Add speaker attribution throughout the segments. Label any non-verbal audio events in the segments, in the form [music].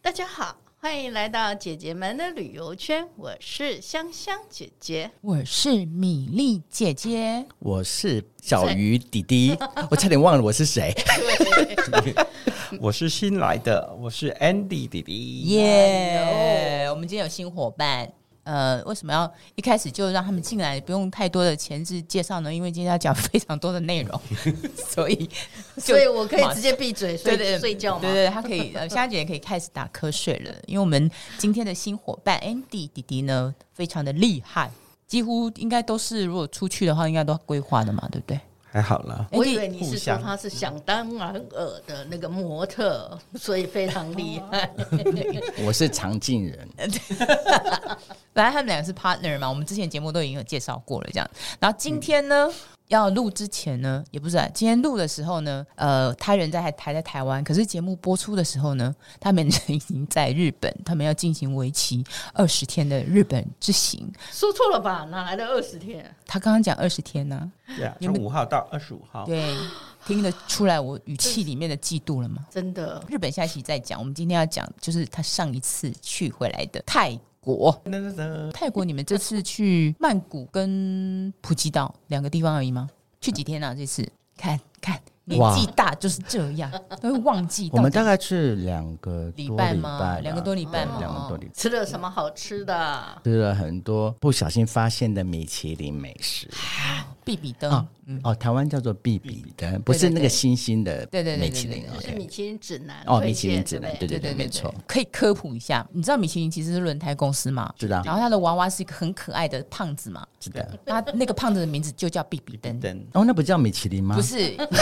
Speaker 1: 大家好，欢迎来到姐姐们的旅游圈，我是香香姐姐。
Speaker 2: 我是米粒姐姐，
Speaker 3: 我是小鱼弟弟，
Speaker 2: [laughs]
Speaker 3: 我差点忘了我是谁。 [laughs]
Speaker 4: 我是新来的，我是 Andy 弟弟。
Speaker 2: 耶、我们今天有新伙伴。呃，为什么要一开始就让他们进来？不用太多的前置介绍呢？因为今天要讲非常多的内容， [laughs] 所以就
Speaker 1: 所以我可以直接闭嘴
Speaker 2: 对
Speaker 1: 睡
Speaker 2: 对
Speaker 1: 睡觉吗
Speaker 2: 对？对，他可以，呃，香姐也可以开始打瞌睡了。因为我们今天的新伙伴 Andy 弟弟呢，非常的厉害，几乎应该都是如果出去的话，应该都规划的嘛，对不对？
Speaker 4: 还好啦，
Speaker 1: 我
Speaker 2: Andy-
Speaker 1: 以
Speaker 3: 哎
Speaker 1: 为你是
Speaker 4: 互
Speaker 1: 说
Speaker 4: 相
Speaker 1: 他是想当然尔的那个模特，所以非常厉
Speaker 3: [laughs]
Speaker 1: 害。
Speaker 3: 我是常进人，
Speaker 2: 本来他们俩是 partner 嘛，我们之前节目都已经有介绍过了，这样。然后今天呢，要录之前呢，也不是、啊，今天录的时候呢，呃，他人在还还在台湾，可是节目播出的时候呢，他们人已经在日本，他们要进行为期二十天的日本之行。
Speaker 1: 说错了吧？哪来的二十天？
Speaker 2: 他刚刚讲二十天呢、
Speaker 4: 对啊，
Speaker 2: 你
Speaker 4: 从
Speaker 2: 们
Speaker 4: 五号到二十五号。
Speaker 2: 对，听得出来我语气里面的嫉妒了吗？
Speaker 1: 真的
Speaker 2: 日本下一期再讲，我们今天要讲就是他上一次去回来的泰国。
Speaker 4: 噔噔噔
Speaker 2: 泰国，你们这次去曼谷跟普吉岛两个地方而已吗？去几天啊？这次看看年纪大就是这样，都会忘记到底。
Speaker 3: 我们大概是两个
Speaker 2: 礼
Speaker 3: 多
Speaker 2: 拜
Speaker 3: 礼
Speaker 2: 吗
Speaker 3: 拜，
Speaker 2: 两个多礼拜
Speaker 3: 对
Speaker 2: 嘛
Speaker 3: 两
Speaker 2: 哦
Speaker 3: 个多礼拜。
Speaker 1: 吃了什么好吃的？
Speaker 3: 吃了很多不小心发现的米其林美食
Speaker 2: 比比登，
Speaker 3: 啊，哦，台湾叫做必比登，不是那个星星的
Speaker 2: 对对对对
Speaker 3: 米其
Speaker 2: 对
Speaker 3: 林
Speaker 2: 对对
Speaker 1: 是米其林指南
Speaker 3: 哦，
Speaker 1: 推
Speaker 3: 米其林
Speaker 1: 荐
Speaker 3: 指南，
Speaker 1: 对不对
Speaker 3: 对对对，没错，，
Speaker 2: 可以科普一下。你知道米其林其实是轮胎公司嘛？
Speaker 3: 知道
Speaker 2: 然后他的娃娃是一个很可爱的胖子嘛，
Speaker 3: 是的。
Speaker 2: 他那个胖子的名字就叫比比登。
Speaker 4: 噔，
Speaker 3: 哦，那不叫米其林吗
Speaker 2: 不？是， [laughs] 不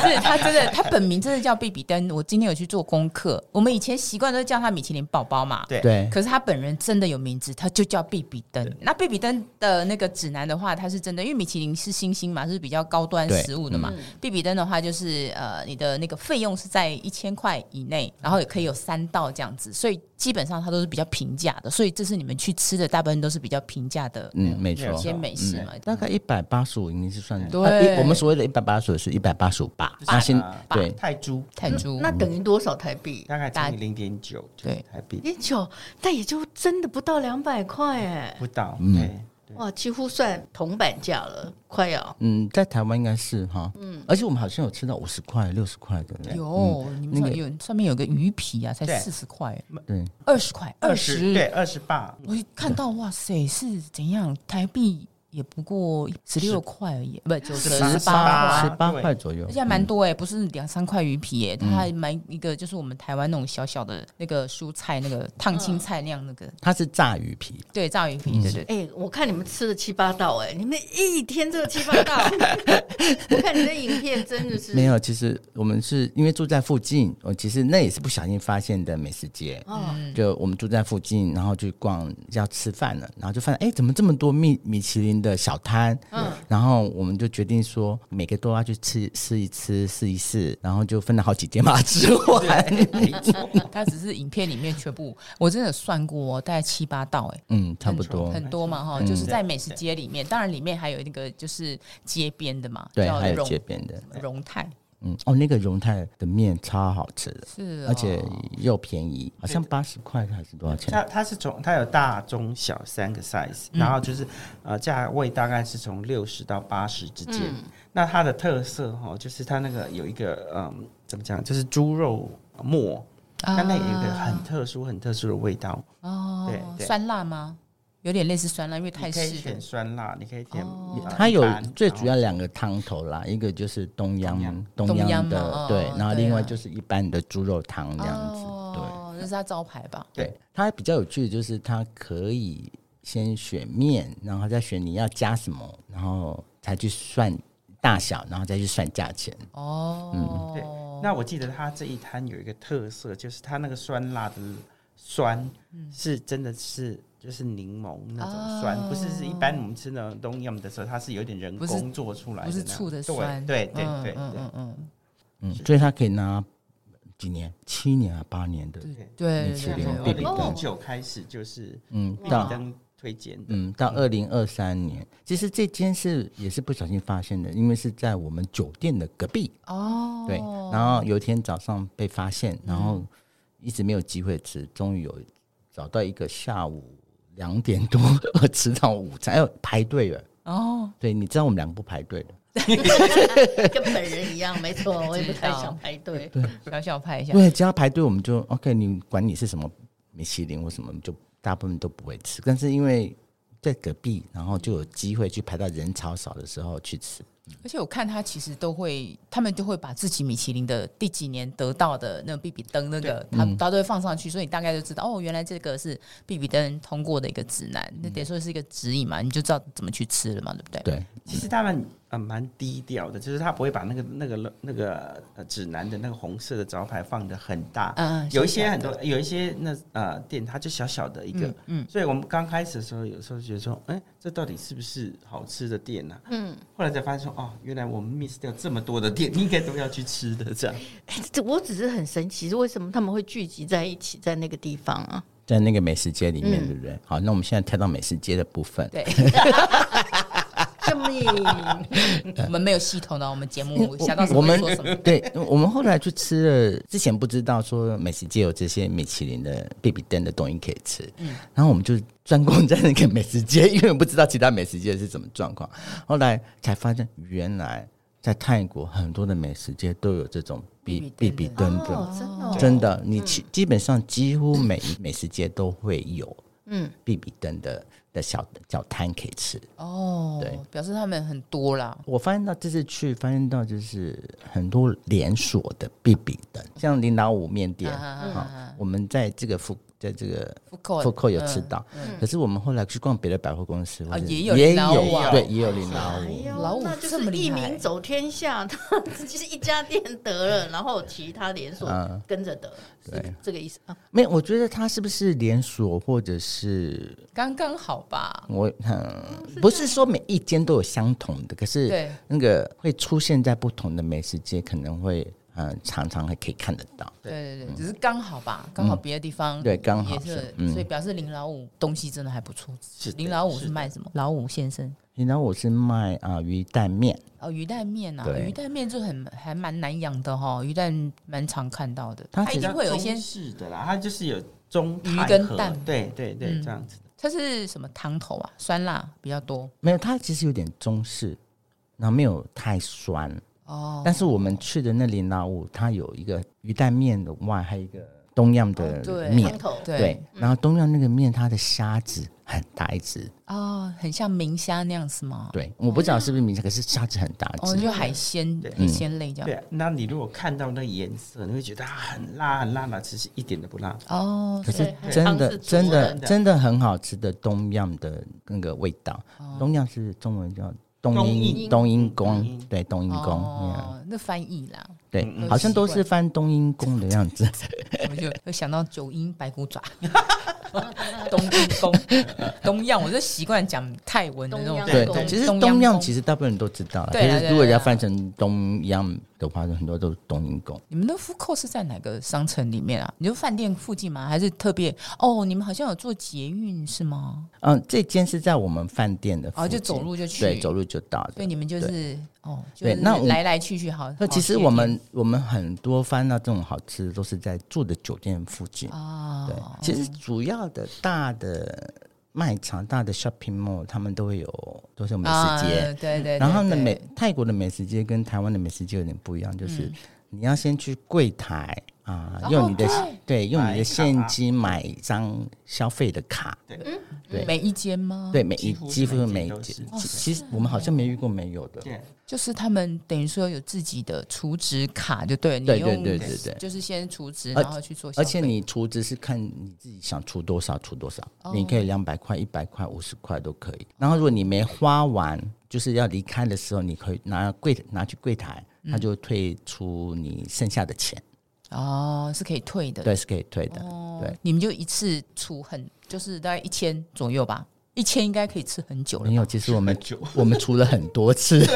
Speaker 2: 是，他真的，他本名真的叫比比登。我今天有去做功课，我们以前习惯都叫他米其林宝宝嘛，
Speaker 4: 对
Speaker 3: 对，
Speaker 2: 可是他本人真的有名字，他就叫比比登。那比比登的那个指南的话，它是真的，因为米其林是星星嘛，是比较高端
Speaker 3: 对嗯
Speaker 2: 食物的嘛。比比登的话，就是呃，你的那个费用是在一千块以内，然后也可以有三道这样子，所以基本上它都是比较平价的。所以这是你们去吃的，大部分都是比较平价的
Speaker 3: 嗯，没
Speaker 4: 没
Speaker 3: 错
Speaker 4: 有
Speaker 2: 一，些美食嘛。
Speaker 3: 大概一百八十五，你是算
Speaker 2: 对
Speaker 3: 啊一我们所谓的一百八十五是一百八十五吧？那现
Speaker 2: 八
Speaker 3: 对
Speaker 4: 泰铢
Speaker 2: 泰铢、
Speaker 1: 那等于多少台币？
Speaker 4: 大概
Speaker 2: 大
Speaker 4: 乘以零点九，
Speaker 2: 对
Speaker 4: 台币
Speaker 1: 零九，但也就真的不到两百块哎，
Speaker 4: 不到，
Speaker 3: 嗯
Speaker 4: 对，对
Speaker 1: 哇，几乎算铜板价了，快要。
Speaker 3: 嗯，在台湾应该是哈，嗯，而且我们好像有吃到五十块、六十块的，
Speaker 2: 有、你们
Speaker 3: 那
Speaker 2: 上
Speaker 3: 个
Speaker 2: 有上面有个鱼皮啊，才
Speaker 4: 对
Speaker 2: 四十块，
Speaker 3: 对，
Speaker 2: 二十块，
Speaker 4: 二
Speaker 2: 二
Speaker 4: 十
Speaker 2: 十
Speaker 4: 对二十八，
Speaker 2: 我一看到哇塞，是怎样？台币也不过十六块而已，不九十八
Speaker 4: 18
Speaker 2: 块
Speaker 3: 十。八
Speaker 4: 对
Speaker 3: 块左右嗯
Speaker 2: 而，且还蛮多哎、不是两三块鱼皮哎、它还蛮一个，就是我们台湾那种小小的那个蔬菜，那个烫青菜那样那个，
Speaker 3: 它是炸鱼皮，
Speaker 2: 对，炸鱼皮，对对对。
Speaker 1: 哎、我看你们吃了七八道、哎，你们一天这个七八道， [laughs] 我看你的影片真的是
Speaker 3: 没有。其实我们是因为住在附近，我其实那也是不小心发现的美食街。
Speaker 1: 哦，
Speaker 2: 嗯
Speaker 3: 就我们住在附近，然后去逛要吃饭了，然后就发现哎，怎么这么多米米其林的小摊？嗯，然后我们就决定说每个都要去吃吃一吃试一试，然后就分了好几间把它吃完。
Speaker 2: 它只是影片里面全部，我真的有算过、哦，大概七八道哎、
Speaker 3: [laughs] 嗯，差不多。
Speaker 2: 很多嘛哈，就是在美食街里面，当然里面还有那个就是街边的嘛，
Speaker 3: 对，
Speaker 2: 叫
Speaker 3: 还有
Speaker 2: 荣
Speaker 3: 街边的，
Speaker 2: 荣泰
Speaker 3: 嗯，哦，那个荣泰的面超好吃的，
Speaker 2: 是、哦，
Speaker 3: 而且又便宜，好像八十块还是多少钱？
Speaker 4: 它它是从它有大中小三个 size，然后就是呃价位大概是从六十到八十之间。那它的特色哈，就是它那个有一个嗯怎么讲，就是猪肉末，
Speaker 2: 啊
Speaker 4: 那那有一个很特殊很特殊的味道。
Speaker 2: 哦，
Speaker 4: 对对
Speaker 2: 酸辣吗？有点类似酸辣，因为
Speaker 4: 你
Speaker 2: 泰
Speaker 4: 可以
Speaker 2: 式
Speaker 4: 选
Speaker 2: 的
Speaker 4: 酸辣，你可以点
Speaker 2: 哦
Speaker 4: 呃
Speaker 3: 它有
Speaker 4: 一般
Speaker 3: 最主
Speaker 4: 然
Speaker 3: 要
Speaker 4: 后
Speaker 3: 两个汤头啦，一个就是东
Speaker 4: 东
Speaker 3: 阳
Speaker 4: 阳
Speaker 3: 东
Speaker 2: 东阳
Speaker 3: 阳
Speaker 2: 嘛哦
Speaker 3: 的对，然
Speaker 2: 对啊
Speaker 3: 后另外就是一般的猪肉汤这样子，
Speaker 2: 哦，那是他招牌吧？
Speaker 3: 对对。它比较有趣的就是它可以先选面，然后再选你要加什么，然后才去算大小，然后再去算价钱。
Speaker 2: 哦，
Speaker 4: 对那我记得它这一摊有一个特色，就是它那个酸辣的酸
Speaker 2: 嗯
Speaker 4: 是真的是就是柠檬那
Speaker 2: 哦
Speaker 4: 种酸，不是是一般我们吃那种东阳的时候，它是有点人
Speaker 2: 不是
Speaker 4: 工做出来的
Speaker 2: 不
Speaker 4: 那
Speaker 2: 是
Speaker 4: 样，
Speaker 2: 醋的酸，
Speaker 4: 对对
Speaker 2: 嗯
Speaker 4: 对对
Speaker 2: 嗯
Speaker 4: 对
Speaker 2: 嗯嗯，
Speaker 3: 嗯，所以它可以拿几年，七年啊八年的，
Speaker 2: 嗯对，
Speaker 3: 米其
Speaker 2: 对
Speaker 3: 林
Speaker 4: 对，
Speaker 3: 必
Speaker 2: 对
Speaker 3: 比
Speaker 4: 从
Speaker 3: 登
Speaker 4: 二零零九开始就是
Speaker 3: 嗯，
Speaker 4: 必比
Speaker 3: 到
Speaker 4: 登推荐的，
Speaker 3: 嗯，到二零二三年，其实这间是也是不小心发现的，因为是在我们酒店的隔壁，
Speaker 2: 哦，
Speaker 3: 对。然后有一天早上被发现，然后一直没有机会吃，终于有找到一个下午两点多 [laughs] 我吃到午餐，哎呦排队了。
Speaker 2: 哦，
Speaker 3: 对，你知道我们两个不排队的，
Speaker 1: 跟本人一样，没错，我也不太想排队。
Speaker 2: 小小拍一下，
Speaker 3: 对，只要排队我们就 OK，你管你是什么米其林或什么，就大部分都不会吃。但是因为在隔壁，然后就有机会去排到人潮少的时候去吃。
Speaker 2: 而且我看他其实都会，他们就会把自己米其林的第几年得到的那个必比登那个，他
Speaker 3: 嗯
Speaker 2: 们他都会放上去，所以你大概就知道哦，原来这个是必比登通过的一个指南，
Speaker 3: 嗯
Speaker 2: 那得说是一个指引嘛，你就知道怎么去吃了嘛，对不对？
Speaker 3: 对，
Speaker 4: 其实他们呃蛮低调的，就是他不会把那个那个那个呃指南的那个红色的招牌放的很大，
Speaker 2: 嗯，
Speaker 4: 有一些很多有一些那呃店它就小小的一个，嗯，所以我们刚开始的时候有时候觉得说，哎、这到底是不是好吃的店呢、啊？嗯，后来才发现说，哦，原来我们 miss 掉这么多的店，应该都要去吃的这样。
Speaker 1: 这我只是很神奇，是为什么他们会聚集在一起在那个地方啊？
Speaker 3: 在那个美食街里面，对不对？好，那我们现在跳到美食街的部分。
Speaker 2: 对，
Speaker 1: 救命！
Speaker 2: 我们没有系统的，我们节目想到什
Speaker 3: 我
Speaker 2: 么
Speaker 3: 们
Speaker 2: 就说什么。
Speaker 3: [laughs] 对，我们后来去吃了，之前不知道说美食界有这些米其林的 baby 灯的东西可以吃，
Speaker 2: 嗯
Speaker 3: 然后我们就专攻在那个美食街，因为不知道其他美食街是什么状况。后来才发现，原来在泰国很多的美食街都有这种
Speaker 2: BB
Speaker 3: b baby 灯的，
Speaker 1: 哦，真的哦
Speaker 3: 真的，
Speaker 2: 嗯
Speaker 3: 你基基本上几乎每美食街都会有，
Speaker 1: 嗯
Speaker 3: 嗯，BB 灯的的小小摊可以吃。
Speaker 2: 哦，
Speaker 3: 对，
Speaker 2: 表示他们很多啦。
Speaker 3: 我发现到这次去，发现到就是很多连锁的必比登，像零老五面
Speaker 2: 啊
Speaker 3: 店，哈，我们在这个复在这个
Speaker 2: 复扣
Speaker 3: 复扣有吃
Speaker 2: 嗯
Speaker 3: 到，可是我们后来去逛别的百货公司，或者
Speaker 2: 也有
Speaker 3: 也
Speaker 2: 零老五啊
Speaker 3: 有对，也有零老
Speaker 1: 哎
Speaker 3: 五，啊
Speaker 1: 呦
Speaker 2: 老五
Speaker 1: 那就
Speaker 2: 这么
Speaker 1: 是
Speaker 2: 厉
Speaker 1: 一
Speaker 2: 害
Speaker 1: 名走天下，他就是一家店得了，然后其他连锁
Speaker 3: 嗯
Speaker 1: 跟着得，
Speaker 3: 对
Speaker 1: 是这个意思啊？
Speaker 3: 没有，我觉得它是不是连锁，或者是
Speaker 2: 刚刚好吧？
Speaker 3: 我嗯，不是说每一间都有相同的，可
Speaker 2: 对
Speaker 3: 是那个会出现在不同的美食街，可能会嗯常常还可以看得到。
Speaker 2: 对对对，只是刚好吧，刚好别的地方
Speaker 3: 嗯对刚好
Speaker 2: 也是
Speaker 3: 是，嗯
Speaker 2: 所以表示林老五东西真的还不错。
Speaker 4: 是的
Speaker 2: 林老五
Speaker 4: 是
Speaker 2: 是
Speaker 4: 的
Speaker 2: 卖什么？老五先生
Speaker 3: 然后我是卖啊、鱼蛋面，
Speaker 2: 哦，鱼蛋面啊，
Speaker 3: 对
Speaker 2: 鱼蛋面就很还蛮难养的哈，鱼蛋蛮常看到的，
Speaker 3: 它
Speaker 2: 它一
Speaker 3: 只
Speaker 2: 定会有一些
Speaker 4: 中，式的啦，它就是有中
Speaker 2: 鱼
Speaker 4: 泰
Speaker 2: 跟
Speaker 4: 和
Speaker 2: 蛋嗯
Speaker 4: 对对对，这样子。
Speaker 2: 它是什么汤头啊，酸辣比较多
Speaker 3: 没有，它其实有点中式，然后没有太酸。
Speaker 2: 哦。
Speaker 3: 但是我们去的那林老五，它有一个鱼蛋面的外，还有一个东洋的
Speaker 2: 哦对
Speaker 3: 面，
Speaker 1: 汤
Speaker 2: [laughs]
Speaker 1: 头
Speaker 2: 对
Speaker 3: 然后东洋那个面，它的虾子很大一只，
Speaker 2: 哦，很像明虾那样子吗？
Speaker 3: 对，我不知道是不是名字，可是虾子很大
Speaker 2: 哦，
Speaker 3: 只。
Speaker 2: 就海鲜
Speaker 4: 对
Speaker 2: 海鲜类这样。
Speaker 4: 对，那你如果看到那个颜色，你会觉得它很辣很辣嘛，其实一点都不辣。
Speaker 2: 哦，
Speaker 3: 可是
Speaker 1: 对它
Speaker 3: 真
Speaker 1: 汤
Speaker 3: 的
Speaker 1: 是足
Speaker 3: 真的
Speaker 4: 的
Speaker 3: 真的很好吃的东样的那个味道，东样是中文叫
Speaker 4: 冬
Speaker 3: 冬阴
Speaker 4: 阴
Speaker 3: 冬阴
Speaker 4: 冬
Speaker 3: 功
Speaker 4: 阴，
Speaker 3: 对冬阴功，嗯
Speaker 2: 哦，那翻译啦，
Speaker 3: 对，好像都是翻冬阴功的样子。
Speaker 2: 我就会想到九阴白骨爪、东阴公、东样，我就习惯讲泰文的那种
Speaker 1: 东
Speaker 2: 感
Speaker 1: 阳
Speaker 2: 觉。
Speaker 3: 对
Speaker 1: 公
Speaker 3: 对，其实
Speaker 2: 东
Speaker 3: 东
Speaker 2: 阳
Speaker 3: 阳其
Speaker 2: 实
Speaker 3: 实大部分人都知道了，
Speaker 2: 对啊对
Speaker 3: 可是
Speaker 2: 啊
Speaker 3: 如果
Speaker 2: 对啊
Speaker 3: 要翻成东阳的话，很多都是冬阴功。
Speaker 2: 你们的 food court 是在哪个商城里面啊？你就饭店附近吗？还是特别？哦，你们好像有做捷运是吗？
Speaker 3: 嗯，这间是在我们饭店的附近，
Speaker 2: 啊哦就走路就去
Speaker 3: 对，走路就到的。
Speaker 2: 所以你哦们就是哦，就
Speaker 3: 对
Speaker 2: 是
Speaker 3: 那我
Speaker 2: 来来去去好。
Speaker 3: 那其实
Speaker 2: 好
Speaker 3: 我们我们很多翻到这种好吃的都是在住的酒店附近。
Speaker 2: 啊
Speaker 3: 对，，其实主要的大的卖场、大的 shopping mall，他们都会有都是有美
Speaker 2: 啊
Speaker 3: 食街。
Speaker 2: 对对对，
Speaker 3: 然后呢，
Speaker 2: 对嗯
Speaker 3: 美泰国的美食街跟台湾的美食街有点不一样，就是你要先去柜台啊、
Speaker 2: 哦
Speaker 3: 用你的、
Speaker 2: 对
Speaker 3: 对用你
Speaker 4: 买
Speaker 3: 的
Speaker 4: 卡
Speaker 3: 现金买一张消费的卡，对
Speaker 2: 每一间吗？，
Speaker 3: 对每一
Speaker 4: 几乎
Speaker 3: 几乎
Speaker 4: 每
Speaker 3: 每
Speaker 4: 一
Speaker 3: 一
Speaker 4: 间都
Speaker 3: 间
Speaker 4: 是，
Speaker 2: 哦
Speaker 3: 其其
Speaker 2: 啊
Speaker 3: 实我们好像没遇过没有的，
Speaker 4: 对，
Speaker 2: 就是他们等于说有自己的储值卡，就对了，你
Speaker 3: 对
Speaker 2: 用
Speaker 3: 对对对对
Speaker 2: 就是先储值，
Speaker 3: 而
Speaker 2: 然后去做消费，
Speaker 3: 而且你储值是看你自己想出多少出多少，
Speaker 2: 哦
Speaker 3: 你可以两百块、一百块、五十块都可以。然后如果你没花完，就是要离开的时候，你可以拿柜拿去柜台，
Speaker 2: 嗯
Speaker 3: 他就退出你剩下的钱，
Speaker 2: 哦是可以退的，哦
Speaker 3: 对，是可以退的。对，
Speaker 2: 你们就一次出很，就是大概一千左右吧，一千应该可以吃很久了
Speaker 3: 没
Speaker 2: 吧。
Speaker 3: 有，其实我们 [laughs] 我们出了很多次，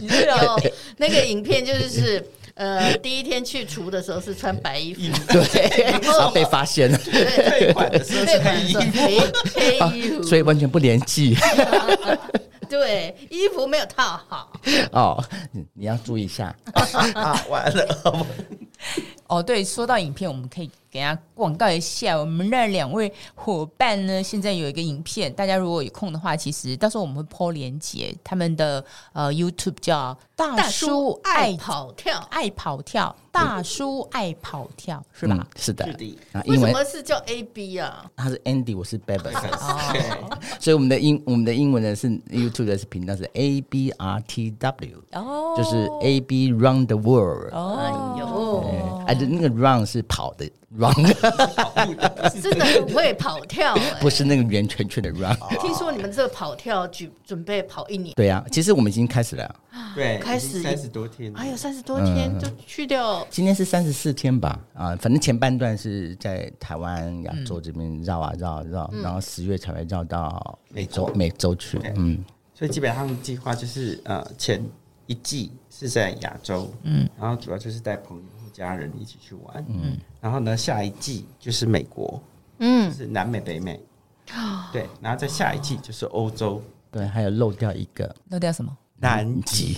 Speaker 1: 有那个影片就是呃，第一天去除的时候是穿白衣服，
Speaker 3: [laughs] 对，然后被发现了，
Speaker 4: [laughs]
Speaker 3: 啊
Speaker 4: 退款的时候是
Speaker 1: 对，
Speaker 4: 可
Speaker 1: 反
Speaker 4: 以
Speaker 1: 正黑黑衣服，
Speaker 3: 所以完全不联系 [laughs]
Speaker 1: 对，衣服没有套好，
Speaker 3: 嗯哦。你你要注意一下，
Speaker 4: [laughs] 啊，完了，
Speaker 2: 哦，对，说到影片，我们可以给大家广告一下，我们那两位伙伴呢，现在有一个影片，大家如果有空的话，其实到时候我们会 PO 连接，他们的呃 YouTube 叫大叔爱
Speaker 1: 爱跑跳，
Speaker 2: 爱跑跳，大叔爱跑跳是吧
Speaker 3: 嗯？，是的
Speaker 4: 是的，
Speaker 3: 然后
Speaker 1: 为
Speaker 3: 英
Speaker 1: 什
Speaker 3: 文
Speaker 1: 么是叫 A B 啊？
Speaker 3: 他是 Andy，我是 Baby，
Speaker 2: 哦
Speaker 3: [laughs] 所以我们的英我们的英文呢是 YouTube 的频道是 A B R T W，
Speaker 2: 哦
Speaker 3: 就是 A B Round the World。
Speaker 1: 哎
Speaker 2: 哦，
Speaker 1: 呦，
Speaker 3: 哎，啊，那个 round 是跑的 round，
Speaker 1: 真的很会跑跳哎、
Speaker 3: [laughs] 不是那个圆圈圈的 round。
Speaker 1: 听说你们这个跑跳举准备跑一年，
Speaker 3: 对呀、啊，其实我们已经开始了，
Speaker 4: 对，
Speaker 1: 开始
Speaker 4: 三十多天了，
Speaker 1: 还有哎三十多天就去掉，
Speaker 3: 今天是三十四天吧，啊、反正前半段是在台湾、亚洲这边绕啊绕啊绕，
Speaker 1: 嗯
Speaker 3: 然后十月才会绕到
Speaker 4: 美
Speaker 3: 洲
Speaker 4: 国
Speaker 3: 美洲去。嗯，
Speaker 4: 所以基本上计划就是呃前一季是在亚洲，嗯，然后主要就是带朋友或家人一起去玩，嗯，然后呢下一季就是美国，就
Speaker 1: 嗯，
Speaker 4: 是南美北 [gasps] 美，对，然后在下一季就是欧洲
Speaker 3: 对，还有漏掉一个
Speaker 2: 漏掉 [laughs] 什么？
Speaker 4: 南
Speaker 3: 极，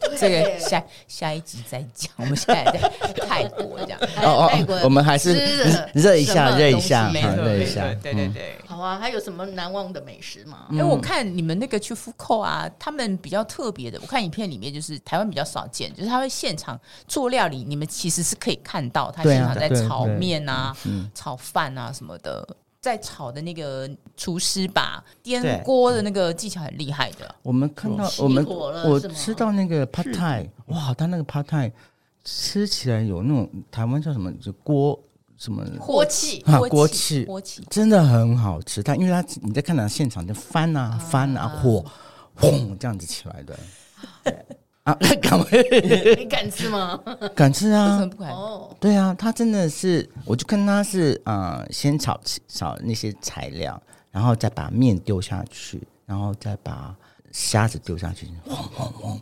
Speaker 1: 对
Speaker 2: 这个下下一集再讲，我们现在在泰国这样。
Speaker 1: 还有哎泰国
Speaker 3: 哦我们还是
Speaker 1: 吃的
Speaker 3: 热一下
Speaker 1: 什么
Speaker 3: 热一下
Speaker 1: 东西
Speaker 3: 哈热一
Speaker 2: 对
Speaker 3: 下
Speaker 2: 对对对。
Speaker 1: 好啊，还有什么难忘的美食吗？
Speaker 2: 因哎为我
Speaker 3: 嗯
Speaker 2: 看你们那个去复扣啊，他们比较特别的，我看影片里面就是台湾比较少见，就是他会现场做料理，你们其实是可以看到他
Speaker 3: 对啊
Speaker 2: 现场在
Speaker 3: 对
Speaker 2: 炒
Speaker 3: 对嗯
Speaker 2: 面啊、炒饭啊什么的，在炒的那个厨师吧，颠
Speaker 4: 对
Speaker 2: 锅的那个技巧很厉害的。
Speaker 3: 我们看到
Speaker 1: 起
Speaker 3: 我们
Speaker 1: 火了
Speaker 3: 我
Speaker 1: 是吗
Speaker 3: 吃到那个 p a thai，哇，他那个 p a thai 吃起来有那种台湾叫什么就锅什么。
Speaker 1: 锅气
Speaker 3: [laughs] 啊
Speaker 2: 锅
Speaker 3: 锅
Speaker 2: 气
Speaker 3: 气
Speaker 2: 锅气，
Speaker 3: 真的很好吃，它因为它你在看到现场就翻啊翻啊火，轰这样子起来的，啊，敢
Speaker 1: 你敢吃吗？
Speaker 3: 敢吃
Speaker 2: 为什么
Speaker 3: 啊？
Speaker 2: 不敢？
Speaker 1: 哦，
Speaker 3: 对啊，它真的是，我就看它是呃，先炒炒那些材料，然后再把面丢下去，然后再把虾子丢下去，轰轰轰，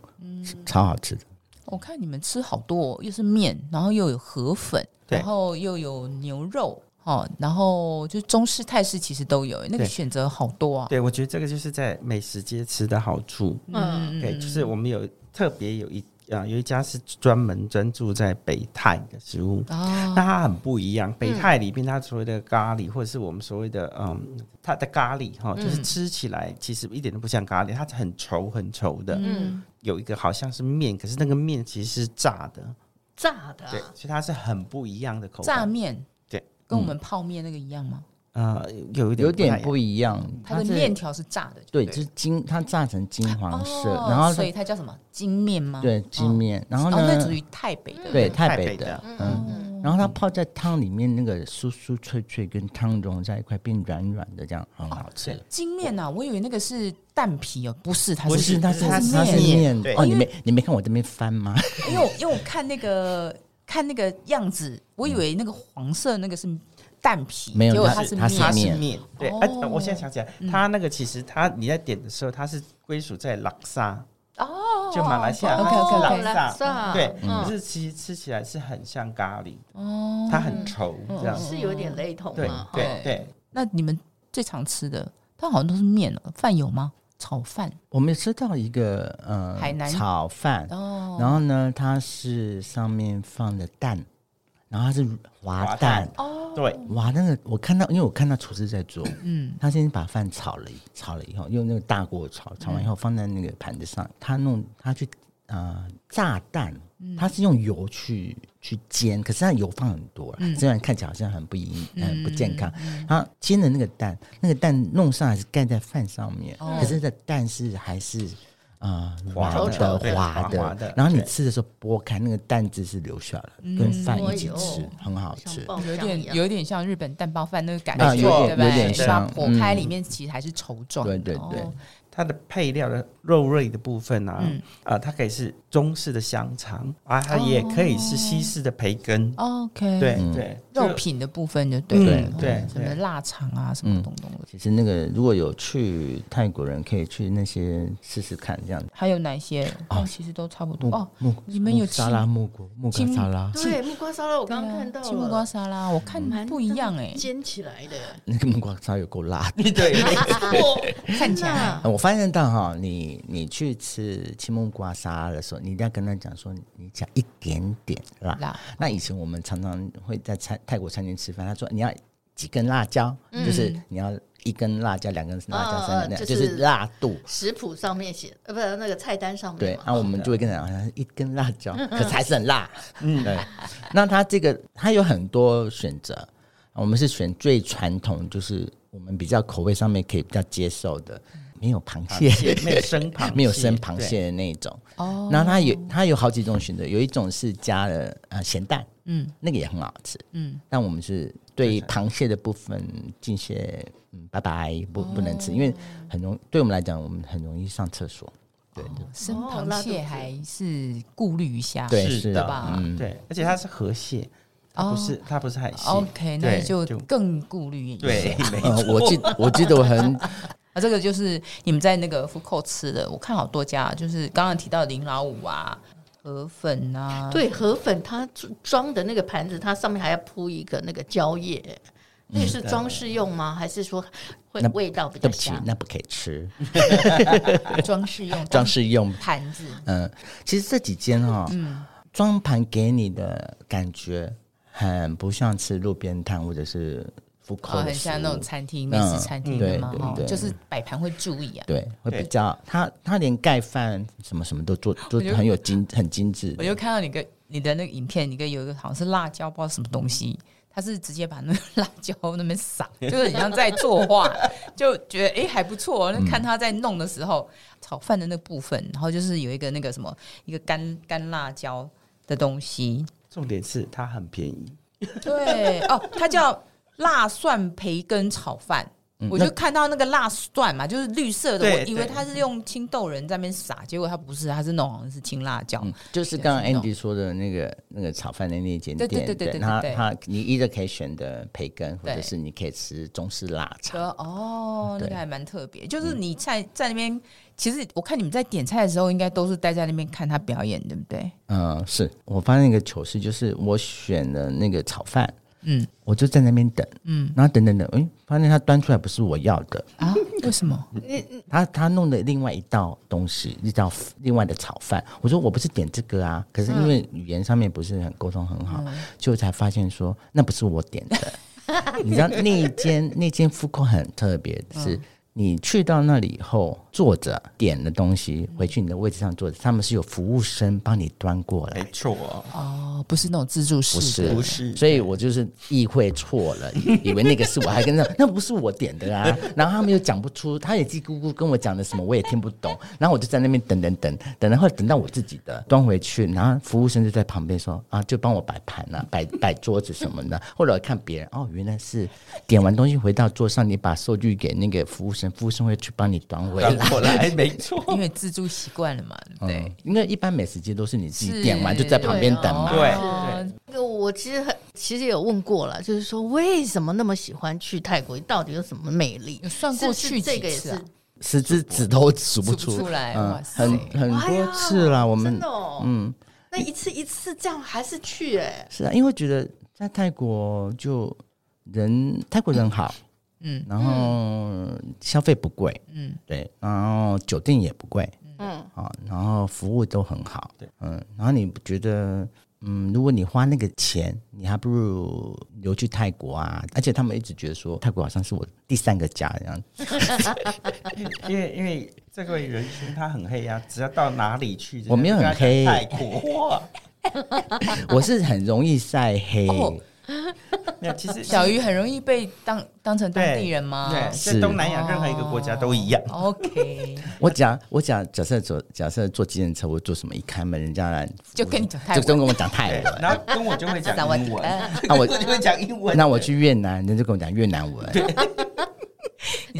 Speaker 3: 超好吃的。
Speaker 2: 我看你们吃好多、哦，又是面，然后又有河粉，
Speaker 4: 对
Speaker 2: 然后又有牛肉，哦，然后就中式、泰式其实都有，那个
Speaker 4: 对
Speaker 2: 选择好多啊。
Speaker 4: 对，我觉得这个就是在美食街吃的好处。
Speaker 1: 嗯，
Speaker 4: 对，就是我们有特别有一啊、有一家是专门专注在北泰的食物，
Speaker 2: 啊，
Speaker 4: 那它很不一样。北泰里面它所谓的咖喱，或者是我们所谓的嗯，它的咖喱哈，就是吃起来其实一点都不像咖喱，它很稠很稠的。
Speaker 1: 嗯
Speaker 4: 有一个好像是面，可是那个面其实是炸的，
Speaker 1: 炸的、
Speaker 4: 对
Speaker 1: 啊，，
Speaker 4: 所以它是很不一样的口
Speaker 2: 炸
Speaker 4: 感。
Speaker 2: 面，
Speaker 4: 对，
Speaker 2: 跟
Speaker 3: 嗯
Speaker 2: 我们泡面那个一样吗？
Speaker 4: 呃，有一点
Speaker 3: 有点
Speaker 4: 不
Speaker 3: 不一样，
Speaker 2: 它的
Speaker 3: 嗯是
Speaker 2: 面条是炸的，
Speaker 3: 对，
Speaker 2: 不
Speaker 3: 就是金，它炸成金黄色，
Speaker 2: 哦
Speaker 3: 然后
Speaker 2: 所以它叫什么金面吗？
Speaker 3: 对金面，然后
Speaker 2: 哦，那
Speaker 3: 呢
Speaker 2: 属，于台北的，哦
Speaker 3: 对太
Speaker 4: 太
Speaker 3: 北
Speaker 4: 北
Speaker 3: 的
Speaker 4: 的，
Speaker 3: 嗯，然后它泡在汤里面，那个酥酥脆脆跟汤融在一块，变软软的，这样很好吃。
Speaker 2: 金面呐，我以为那个是蛋皮哦，不是，它
Speaker 3: 不
Speaker 2: 是
Speaker 3: 是，它
Speaker 4: 它
Speaker 3: 是
Speaker 4: 是
Speaker 3: 它是
Speaker 4: 面
Speaker 3: 面
Speaker 4: 对
Speaker 3: 哦，你没你没看我这边翻吗？
Speaker 2: 因为我因为我看那个看那个样子，我以为那个黄色那个是蛋皮，
Speaker 3: 没有
Speaker 2: 结果
Speaker 3: 它
Speaker 2: 它
Speaker 3: 是
Speaker 2: 面，
Speaker 4: 它是
Speaker 3: 面
Speaker 4: 面，对，
Speaker 2: 哦
Speaker 4: 哎、呃我现在想起来，它那个其实它你在点的时候，它是归属在拉萨哦，就马来西亚
Speaker 2: 哦
Speaker 4: 它是
Speaker 2: OK，OK，OK
Speaker 4: 拉萨，
Speaker 1: 萨
Speaker 4: 对，
Speaker 1: 嗯
Speaker 4: 可是其实吃起来是很像咖喱，
Speaker 2: 哦嗯
Speaker 4: 它很稠这样，
Speaker 1: 是有点雷同
Speaker 4: 对
Speaker 1: 嘛，哈
Speaker 4: 对对，
Speaker 2: 那你们最常吃的，它好像都是面哦，饭有吗？炒饭
Speaker 3: 我们有吃到一个呃
Speaker 2: 海南
Speaker 3: 炒饭，
Speaker 2: 哦，
Speaker 3: 然后呢，它是上面放的蛋，然后它是滑
Speaker 4: 滑
Speaker 3: 蛋
Speaker 4: 蛋。对，
Speaker 3: 哇，那个我看到，因为我看到厨师在做，
Speaker 2: 嗯，
Speaker 3: 他先把饭炒了，炒了以后用那个大锅炒，炒完以后放在那个盘子上，他弄他去呃炸蛋，他是用油去去煎，可是他油放很多了，虽然看起来好像很不营很不健康，然后煎的那个蛋，那个蛋弄上来是盖在饭上面，可是这蛋是还是。啊、呃，
Speaker 4: 滑
Speaker 3: 软
Speaker 1: 的
Speaker 3: 的、
Speaker 1: 对
Speaker 3: 滑
Speaker 4: 滑滑
Speaker 3: 的
Speaker 4: 的，
Speaker 3: 然后你
Speaker 4: 对
Speaker 3: 吃的时候剥开，那个蛋汁是流下来，跟饭一起吃
Speaker 1: 哎呦，
Speaker 3: 很好
Speaker 1: 像。
Speaker 3: 吃
Speaker 1: 啊爆
Speaker 2: 有
Speaker 1: 浆一
Speaker 2: 点
Speaker 1: 样。
Speaker 2: 有点像日本蛋包饭那个感
Speaker 3: 啊
Speaker 2: 觉，
Speaker 3: 有
Speaker 2: 对
Speaker 3: 点
Speaker 2: 不
Speaker 3: 有
Speaker 2: 对？
Speaker 3: 点
Speaker 2: 是吧？
Speaker 3: 像
Speaker 2: 火开
Speaker 3: 嗯
Speaker 2: 里面其实还是稠状的，
Speaker 3: 对对对
Speaker 2: 哦
Speaker 4: 它的配料的肉类的部分啊，
Speaker 2: 嗯
Speaker 4: 啊，它可以是中式的香肠啊，它也可以是西式的培根，
Speaker 2: OK，
Speaker 4: 对
Speaker 3: 嗯
Speaker 4: 对，
Speaker 2: 哦肉
Speaker 4: 就
Speaker 2: 品的部分就对
Speaker 4: 对
Speaker 2: 了，哦
Speaker 4: 对
Speaker 2: 什么
Speaker 4: 对，
Speaker 2: 腊肠啊，什么
Speaker 3: 嗯
Speaker 2: 东东的。
Speaker 3: 其实那个如果有去泰国人，可以去那些试试看这样子。
Speaker 2: 还有哪些？哦，其实都差不多
Speaker 3: 木
Speaker 2: 哦。
Speaker 3: 木，
Speaker 2: 你们有
Speaker 3: 木沙拉木瓜木瓜
Speaker 2: 青
Speaker 3: 沙拉，
Speaker 1: 对，木瓜沙拉我刚刚看到
Speaker 2: 啊青木瓜
Speaker 1: 了，
Speaker 2: 沙拉，我看
Speaker 1: 蛮
Speaker 2: 不一样哎，
Speaker 1: 煎起来的，
Speaker 3: 那个木瓜沙拉有够辣的。
Speaker 4: 对，
Speaker 1: 哇
Speaker 2: 看起来
Speaker 3: [laughs] 啊我发发现到哈，你你去吃青木瓜沙拉的时候，你一定要跟他讲说，你加一点点辣。
Speaker 2: 辣
Speaker 3: 那以前我们常常会在餐泰国餐厅吃饭，他说你要几根辣椒，就是你要一根辣椒、两根辣椒、
Speaker 1: 哦
Speaker 3: 三根辣
Speaker 1: 就
Speaker 3: 椒，
Speaker 1: 是
Speaker 3: 就是辣度。
Speaker 1: 食谱上面写，呃，不，那个菜单上面
Speaker 3: 对，
Speaker 1: 嘛
Speaker 3: 那、我们就会跟他讲，好像是一根辣椒，可是还是很辣。嗯，对。那它这个它有很多选择，我们是选最传统，就是我们比较口味上面可以比较接受的，没有螃蟹，[laughs]
Speaker 4: 没有生螃蟹，
Speaker 3: 没有生螃蟹的那一种。
Speaker 2: 哦，
Speaker 3: 然后它有它有好几种选择，有一种是加了呃咸蛋，嗯，那个也很好吃，嗯。但我们是对螃蟹的部分进些嗯拜拜，不不能吃，因为很容对我们来讲，我们很容易上厕所。对对
Speaker 2: 生
Speaker 1: 哦拉
Speaker 2: 螃
Speaker 1: 肚子
Speaker 2: 蟹还是顾虑一下，
Speaker 3: 对
Speaker 4: 是
Speaker 3: 是
Speaker 4: 的
Speaker 2: 吧哦
Speaker 3: 嗯
Speaker 4: 对，而且它是河蟹，它不是它不是海蟹。
Speaker 2: OK，那
Speaker 4: 对
Speaker 2: 你就
Speaker 4: 就
Speaker 2: 更顾虑一下。
Speaker 4: 对，没
Speaker 3: 呃，我记我记得我
Speaker 2: [laughs]
Speaker 3: 很
Speaker 2: 啊，这个就是你们在那个福寇吃的，我看好多家，就是刚刚提到林老五啊、河粉啊，，
Speaker 1: 对，河粉它装的那个盘子，它上面还要铺一个那个蕉
Speaker 2: 嗯
Speaker 1: 叶，那个是装饰用吗？还是说会
Speaker 3: 那
Speaker 1: 味道比
Speaker 3: 对
Speaker 1: 较
Speaker 3: 不起
Speaker 1: 香，？
Speaker 3: 那不可以吃，
Speaker 2: 装饰用
Speaker 3: 装饰用。
Speaker 2: 盘子，
Speaker 3: 嗯，其实这几间哈、
Speaker 2: 嗯
Speaker 3: 装盘给你的感觉很不像吃路边摊或者是福口、
Speaker 2: 哦，很像那种餐厅、美食餐厅的嘛，
Speaker 3: 嗯嗯对
Speaker 2: 哈
Speaker 3: 对对
Speaker 2: 就是摆盘会注意啊。
Speaker 3: 对，会比
Speaker 4: 对
Speaker 3: 较他他连盖饭什么什么都做，都
Speaker 2: 我就
Speaker 3: 很有精很精致
Speaker 2: 我。就看到你个你的那个影片，你个有一个好像是辣椒，不知道什么东西，他是直接把那个辣椒那边撒，就是很像在作画，就觉得哎、诶还不错。那看他在弄的时候，炒饭的那个部分，然后就是有一个那个什么一个干干辣椒的东西，
Speaker 4: 重点是它很便宜，
Speaker 2: 对哦，它叫辣蒜培根炒饭。我就看到那个辣蒜嘛，就是绿色的，我
Speaker 4: 对
Speaker 2: 以为
Speaker 4: 对
Speaker 2: 它是用青豆仁在那边撒，结果它不是，它是弄好像是青辣椒。
Speaker 3: 嗯，就是刚刚
Speaker 2: 对是那种
Speaker 3: Andy 说的那个那个炒饭的那间
Speaker 2: 对
Speaker 3: 店，
Speaker 2: 对对对对对
Speaker 3: 他
Speaker 2: 对
Speaker 3: 他你一个可以选的培根，或者
Speaker 2: 对
Speaker 3: 是你可以吃中式腊肠。
Speaker 2: 的哦，那
Speaker 3: 对
Speaker 2: 个还蛮特别。就是你在在那边，其实我看你们在点菜的时候，应该都是待在那边看他表演，对不对？
Speaker 3: 嗯，是我发现一个糗事，就是我选了那个炒饭，
Speaker 2: 嗯
Speaker 3: 我就在那边等，
Speaker 2: 嗯
Speaker 3: 然后等等等，哎，发现他端出来不是我要的，
Speaker 2: 啊，为什么？
Speaker 3: 他他弄了另外一道东西，一道另外的炒饭。我说我不是点这个啊，可是
Speaker 2: 嗯
Speaker 3: 因为语言上面不是很沟通很好，就才发现说那不是我点
Speaker 2: [laughs]
Speaker 3: 的。你知道那一间那间复扣很特别，是
Speaker 2: 嗯
Speaker 3: 你去到那里以后坐着点的东西，回去你的位置上坐着，他们是有服务生帮你端过来
Speaker 4: 没。错哦，
Speaker 2: 哦，不是那种自助式
Speaker 3: 不是
Speaker 2: 的，
Speaker 4: 不是
Speaker 3: 所以我就是意会错了，以为那个是我，还跟他那不是我点的啊。然后他们又讲不出，他也叽咕咕跟我讲的什么，我也听不懂。然后我就在那边等等等等，然后等到我自己的端回去，然后服务生就在旁边说啊，就帮我摆盘啊，摆摆桌子什么的。后来我看别人哦，原来是点完东西回到桌上，你把收据给那个服务生，服务生会去帮你端回来。
Speaker 4: 转过来没错，
Speaker 2: 因为自助习惯了嘛，对不对？
Speaker 3: 嗯，因为一般美食街都是你自己
Speaker 2: 是
Speaker 3: 点完就在旁边等嘛。
Speaker 4: 对
Speaker 2: 哦
Speaker 1: 那个我其实很其实有问过了，就是说为什么那么喜欢去泰国？到底有什么魅力？
Speaker 2: 有算过去
Speaker 1: 是不是这个
Speaker 2: 几
Speaker 1: 也
Speaker 2: 次
Speaker 1: 是
Speaker 2: 啊？
Speaker 3: 十只指头数
Speaker 2: 数
Speaker 3: 不
Speaker 2: 不
Speaker 3: 出
Speaker 2: 出来哇塞
Speaker 3: 很很
Speaker 1: 哎
Speaker 3: 多
Speaker 1: 呀
Speaker 3: 次了。我们
Speaker 1: 真的哦，嗯，那一次一次这样还是去哎，
Speaker 3: 是啊，因为觉得在泰国就人泰国人好，
Speaker 2: 嗯
Speaker 3: 然后消费不贵，
Speaker 2: 嗯，
Speaker 3: 对，然后酒店也不贵
Speaker 1: 嗯，
Speaker 3: 啊，然后服务都很好，
Speaker 4: 对，
Speaker 3: 嗯，然后你觉得，嗯，如果你花那个钱，你还不如留去泰国啊，而且他们一直觉得说泰国好像是我第三个家
Speaker 2: [laughs]
Speaker 3: 这样，
Speaker 4: 因为因为这位仁兄他很黑啊，只要到哪里去，
Speaker 3: 我没有很黑
Speaker 4: 跟他讲泰国哇，
Speaker 3: 我是很容易晒黑，
Speaker 2: 哦
Speaker 4: 没有，
Speaker 2: [laughs]
Speaker 4: 其实
Speaker 2: 小鱼很容易被当当成当地人吗？哦
Speaker 4: 对，
Speaker 3: 是
Speaker 4: 在东南亚任何一个国家都一样。
Speaker 2: OK，
Speaker 3: 我假我假假设坐假设坐计程车，我做什么？一开门人家来
Speaker 2: 就跟你讲泰
Speaker 3: 就
Speaker 2: 文
Speaker 3: 跟我讲泰
Speaker 4: 对
Speaker 3: 文，
Speaker 4: [laughs] 然后跟我就会讲英文，
Speaker 3: 那我
Speaker 4: [laughs] 我就会讲英文。
Speaker 3: 那我去越南，人家就跟我讲越南文
Speaker 2: 你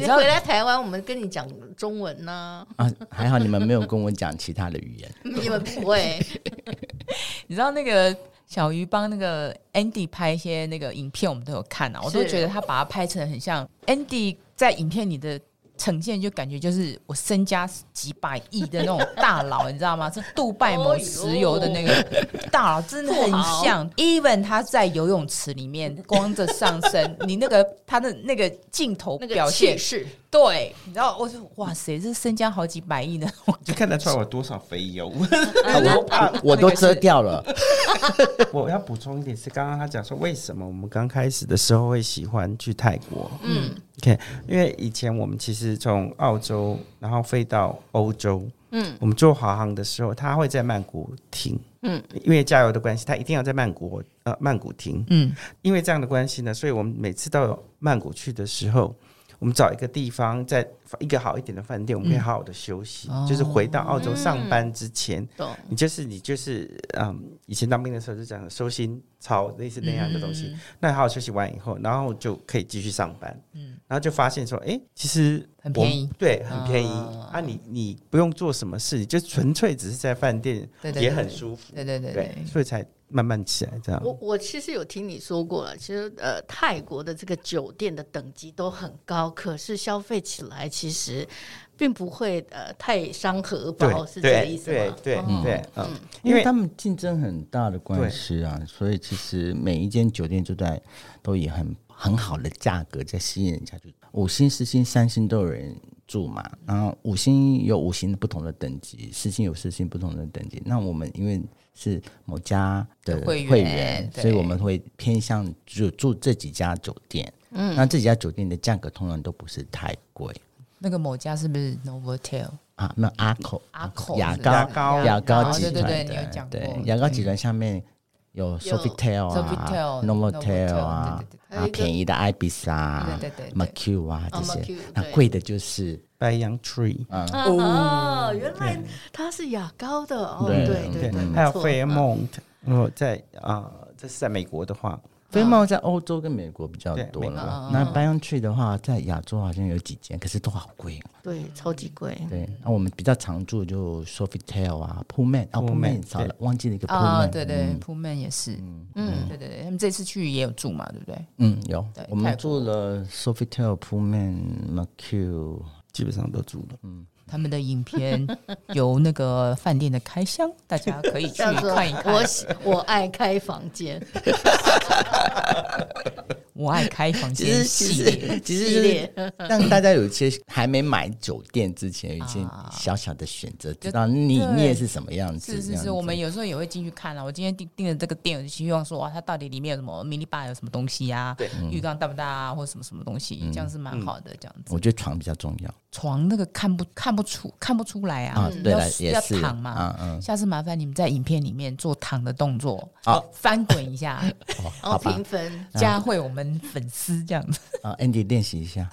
Speaker 1: 你
Speaker 2: 知道
Speaker 1: 回来台湾，我们跟你讲中文 [laughs] 呐，
Speaker 3: 啊，还好你们没有跟我讲其他的语言。
Speaker 1: 你们不会， [laughs]
Speaker 2: 你知道那个小鱼帮那个 Andy 拍一些那个影片，我们都有看啊，我都
Speaker 1: 是
Speaker 2: 觉得他把它拍成很像 Andy 在影片里的呈现就感觉就是我身家几百亿的那种大佬，你知
Speaker 1: [laughs]
Speaker 2: 道吗？是杜拜某石油的那
Speaker 1: 哦
Speaker 2: 个大佬，真的很像。Even 他在游泳池里面光着上
Speaker 1: [laughs]
Speaker 2: 身，你那个他的那个镜头
Speaker 1: 那个
Speaker 2: 表
Speaker 1: 气
Speaker 2: 现，
Speaker 1: 势，
Speaker 2: 对，你知道，我说哇塞，这身家好几百亿的，
Speaker 4: 就看得出来我多少肥油。
Speaker 3: 啊
Speaker 4: [laughs]
Speaker 3: 我我都遮掉了，
Speaker 4: 我要补充一点是，刚刚他讲说为什么我们刚开始的时候会喜欢去泰国
Speaker 1: 嗯
Speaker 4: ？OK，因为以前我们其实从澳洲然后飞到欧洲，
Speaker 1: 嗯，
Speaker 4: 我们坐华航的时候，他会在曼谷停，
Speaker 1: 嗯，
Speaker 4: 因为加油的关系，他一定要在曼谷呃曼谷停，
Speaker 2: 嗯，
Speaker 4: 因为这样的关系呢，所以我们每次到曼谷去的时候，我们找一个地方，在一个好一点的饭店，我
Speaker 1: 嗯
Speaker 4: 们可以好好的休息，
Speaker 2: 哦
Speaker 4: 就是回到澳洲上班之前，
Speaker 1: 懂。
Speaker 4: 你就是你就是嗯，以前当兵的时候就讲收心操类似那样的东西，那好好休息完以后，然后就可以继续上班，嗯，然后就发现说，哎、其实
Speaker 2: 很
Speaker 4: 我
Speaker 2: 便宜，
Speaker 4: 对，很便宜
Speaker 2: 啊
Speaker 4: 啊你你不用做什么事，你就纯粹只是在饭店
Speaker 2: 对对
Speaker 4: 也
Speaker 2: 对
Speaker 4: 很舒
Speaker 2: [laughs]
Speaker 4: 服，
Speaker 2: 对对对对，
Speaker 4: 所以才慢慢起来这样。
Speaker 1: 我我其实有听你说过了，其实呃，泰国的这个酒店的等级都很高，可是消费起来其实并不会呃太伤荷包，哦是这个意思
Speaker 4: 对
Speaker 1: 吗？哦
Speaker 4: 对对对，嗯，
Speaker 3: 因
Speaker 4: 因
Speaker 3: 为
Speaker 4: 为
Speaker 3: 他们竞争很大的关系啊，所以其实每一间酒店就在都以很很好的价格在吸引人家去，五星、四星、三星都有人住嘛。然后五星有五星不同的等级，四星有四星不同的等级。那我们因为是某家的
Speaker 2: 会员
Speaker 3: 会员，
Speaker 2: 对
Speaker 3: 所以我们会偏向就住这几家酒店。嗯，那这几家酒店的价格通常都不是太贵
Speaker 2: 那个某家是不是 Novotel？
Speaker 3: 啊。那阿口
Speaker 2: 阿口
Speaker 3: 雅
Speaker 2: 是
Speaker 3: 高
Speaker 4: 牙膏
Speaker 3: 牙膏
Speaker 2: 哦
Speaker 3: 集团的，
Speaker 2: 对对对你有讲过嗯
Speaker 3: 对牙膏集团下面有 Sofitel 啊
Speaker 2: Sofitel
Speaker 3: Novotel 啊
Speaker 2: Novotel，对对，
Speaker 1: 对
Speaker 3: 啊便宜的 Ibis 啊，
Speaker 2: 嗯对对对对
Speaker 3: McQ 啊这
Speaker 1: 哦
Speaker 3: 些
Speaker 1: McQ，，
Speaker 3: 那
Speaker 1: 对
Speaker 3: 贵的
Speaker 2: 嗯
Speaker 3: 就是
Speaker 4: 白杨 tree，
Speaker 1: 啊哦，原来它是雅高的哦，
Speaker 3: 对
Speaker 1: 对对对，
Speaker 4: 还有
Speaker 1: 没错
Speaker 4: Fairmont，如果在啊，这是在美国的话，
Speaker 3: 飞猫在欧洲跟美国比较
Speaker 4: 对
Speaker 3: 多
Speaker 2: 嗯
Speaker 4: 美
Speaker 3: 了。那 b i o n t r e 的话，在亚洲好像有几间，可是都好贵。
Speaker 2: 嗯
Speaker 1: 对，超级贵，
Speaker 3: 对，那我们比较常住就 Sofitel 啊，Pullman 啊
Speaker 4: Pullman，
Speaker 3: ，Pullman 少了，忘记了一个
Speaker 2: 啊，
Speaker 3: Pullman。
Speaker 2: 对对，铺面也是，嗯，对对对，他们这次去也有住嘛，对不对？
Speaker 3: 嗯，有
Speaker 2: 对，
Speaker 3: 我
Speaker 2: 泰
Speaker 3: 们
Speaker 2: 国
Speaker 3: 住了 Sofitel、Pullman、McQ，
Speaker 4: 基本上都住了。
Speaker 2: 他们的影片有那个饭店的开箱，大家可以
Speaker 4: [laughs]
Speaker 2: 去
Speaker 1: 叫做
Speaker 2: 看一看。
Speaker 1: 我喜我爱开房间，
Speaker 2: 我爱开房
Speaker 3: 其实
Speaker 2: 间
Speaker 3: 其
Speaker 2: 系列，
Speaker 3: [laughs] 实其实
Speaker 1: 系
Speaker 3: 就是
Speaker 1: 列
Speaker 3: 让大家有一些还没买酒店之前，有一些小小的选择，知道里面是什么样子。
Speaker 2: 啊是是
Speaker 3: 这样
Speaker 2: 是，
Speaker 3: 子
Speaker 2: 我们有时候也会进去看啊。我今天订订了这个店，我就希望说哇，它到底里面有什么 mini bar 有什么东西呀、浴缸大不大啊，或者什么什么东西，
Speaker 3: 嗯
Speaker 2: 这样是
Speaker 4: 嗯
Speaker 2: 蛮好的。这样子
Speaker 3: 我觉得床比较重要
Speaker 2: 床那个看不看不出看不出来啊
Speaker 3: 啊，，对
Speaker 2: 要
Speaker 3: 了，也
Speaker 2: 要
Speaker 3: 是
Speaker 2: 躺嘛。
Speaker 3: 嗯嗯，啊
Speaker 2: 下次麻烦你们在影片里面做躺的动作，
Speaker 3: 好
Speaker 2: 翻滚一
Speaker 3: [laughs]
Speaker 2: 下，
Speaker 1: 然
Speaker 3: 哦
Speaker 1: 后
Speaker 3: 好吧
Speaker 1: 评分，
Speaker 2: 加惠我们粉丝这样子。
Speaker 3: 啊，Andy 练习一下。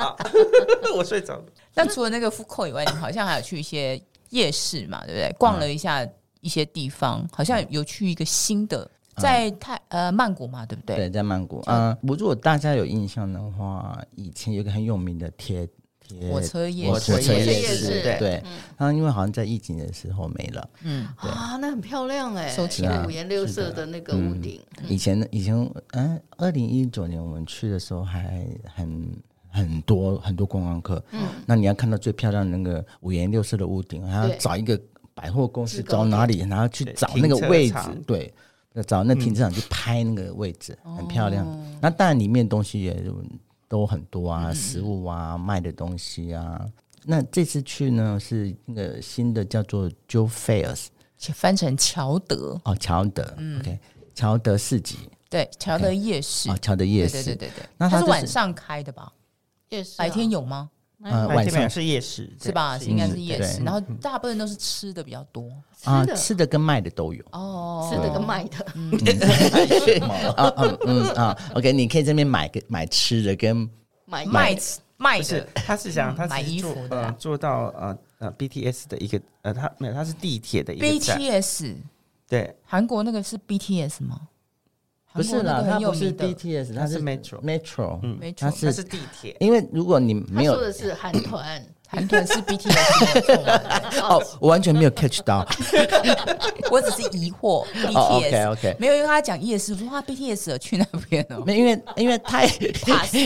Speaker 4: [laughs] 我睡着了。
Speaker 2: 那除了那个复扣以外，你们好像还有去一些夜市嘛，对不对？逛了一下一些地
Speaker 3: 嗯
Speaker 2: 方，好像有去一个新的，在泰呃曼谷嘛，对不对？
Speaker 3: 对，在曼谷，嗯，我如果大家有印象的话，以前有一个很有名的贴贴
Speaker 2: 火车夜嗯
Speaker 3: 火
Speaker 2: 市
Speaker 3: 车
Speaker 1: 火车
Speaker 3: 夜
Speaker 1: 夜
Speaker 3: 市
Speaker 1: 市，
Speaker 3: 对，然后因为好像在疫情的时候没了。
Speaker 2: 嗯，
Speaker 3: 对
Speaker 1: 啊，那很漂亮哎、
Speaker 2: 收起来
Speaker 1: 那个五颜六色的那个屋顶，
Speaker 3: 以前以前，嗯，二零一九年我们去的时候还很很多很多观光客，嗯，那你要看到最漂亮的那个五颜六色的屋顶，还要
Speaker 1: 对
Speaker 3: 找一个百货公司，
Speaker 1: 制高
Speaker 3: 找
Speaker 1: 点
Speaker 3: 哪里，然后去
Speaker 4: 对
Speaker 3: 找
Speaker 4: 停
Speaker 3: 那个
Speaker 4: 车
Speaker 3: 位置
Speaker 4: 场，嗯
Speaker 3: 对，找那停车场去拍那个位置，很漂亮。那当然里面东西也都很多啊，食物啊，卖的东西啊。那这次去呢是那个新的叫做 Joe Fairs
Speaker 2: 翻成乔德，
Speaker 3: 哦，乔德、o
Speaker 4: 嗯
Speaker 3: k 乔德市集
Speaker 2: 对，乔德夜市
Speaker 3: 啊，，乔德夜
Speaker 2: 对
Speaker 3: 市
Speaker 2: 对，对对对，
Speaker 3: 那
Speaker 2: 它
Speaker 3: 它就是是
Speaker 2: 晚上开的吧？
Speaker 1: 也是、啊
Speaker 2: 白天有吗？
Speaker 3: 呃，
Speaker 4: 白
Speaker 3: 晚
Speaker 4: 天没有
Speaker 3: 上
Speaker 4: 是夜市，
Speaker 2: 是嗯吧？应该是夜市，
Speaker 3: 对
Speaker 2: 然后
Speaker 4: 嗯
Speaker 2: 大部分都是吃的比较多。
Speaker 3: 啊
Speaker 1: 吃，的、
Speaker 3: 吃的跟卖的都有
Speaker 2: 哦，
Speaker 1: 吃的跟卖的，
Speaker 3: [laughs] 啊，嗯嗯啊，OK，你可以这边买个买吃的跟
Speaker 1: 买
Speaker 2: 卖卖
Speaker 4: 不是
Speaker 2: 的，，
Speaker 4: 他是想他
Speaker 2: 买
Speaker 4: 是
Speaker 2: 衣
Speaker 4: 做
Speaker 2: 服的啊
Speaker 4: 呃做到呃呃 BTS 的一个呃，他没有，他是地铁的一个站，
Speaker 2: BTS
Speaker 4: 对，
Speaker 2: 韩国那个是 BTS 吗？
Speaker 3: 不是啦，
Speaker 2: 韩国那个
Speaker 3: 它
Speaker 2: 很有
Speaker 3: 不是
Speaker 2: 名的
Speaker 3: BTS，它
Speaker 4: 它是
Speaker 3: 是
Speaker 4: Metro
Speaker 3: Metro，
Speaker 4: 嗯
Speaker 2: 没错
Speaker 3: 它
Speaker 4: 它
Speaker 3: 是
Speaker 4: 是地铁，
Speaker 3: 因为如果你没
Speaker 1: 他
Speaker 3: 有
Speaker 1: 说的是韩团，
Speaker 2: 韩团是 BTS 没有
Speaker 4: [laughs]
Speaker 2: 错嘛
Speaker 3: 哦，我完全没有 catch
Speaker 2: [laughs]
Speaker 3: 到。
Speaker 2: 我只是疑惑
Speaker 4: 哦
Speaker 3: OK
Speaker 2: BTS，
Speaker 3: OK，
Speaker 2: 没有，因为他讲夜市，我说哇 BTS 去那边哦，
Speaker 3: 没因为因为泰
Speaker 2: 怕死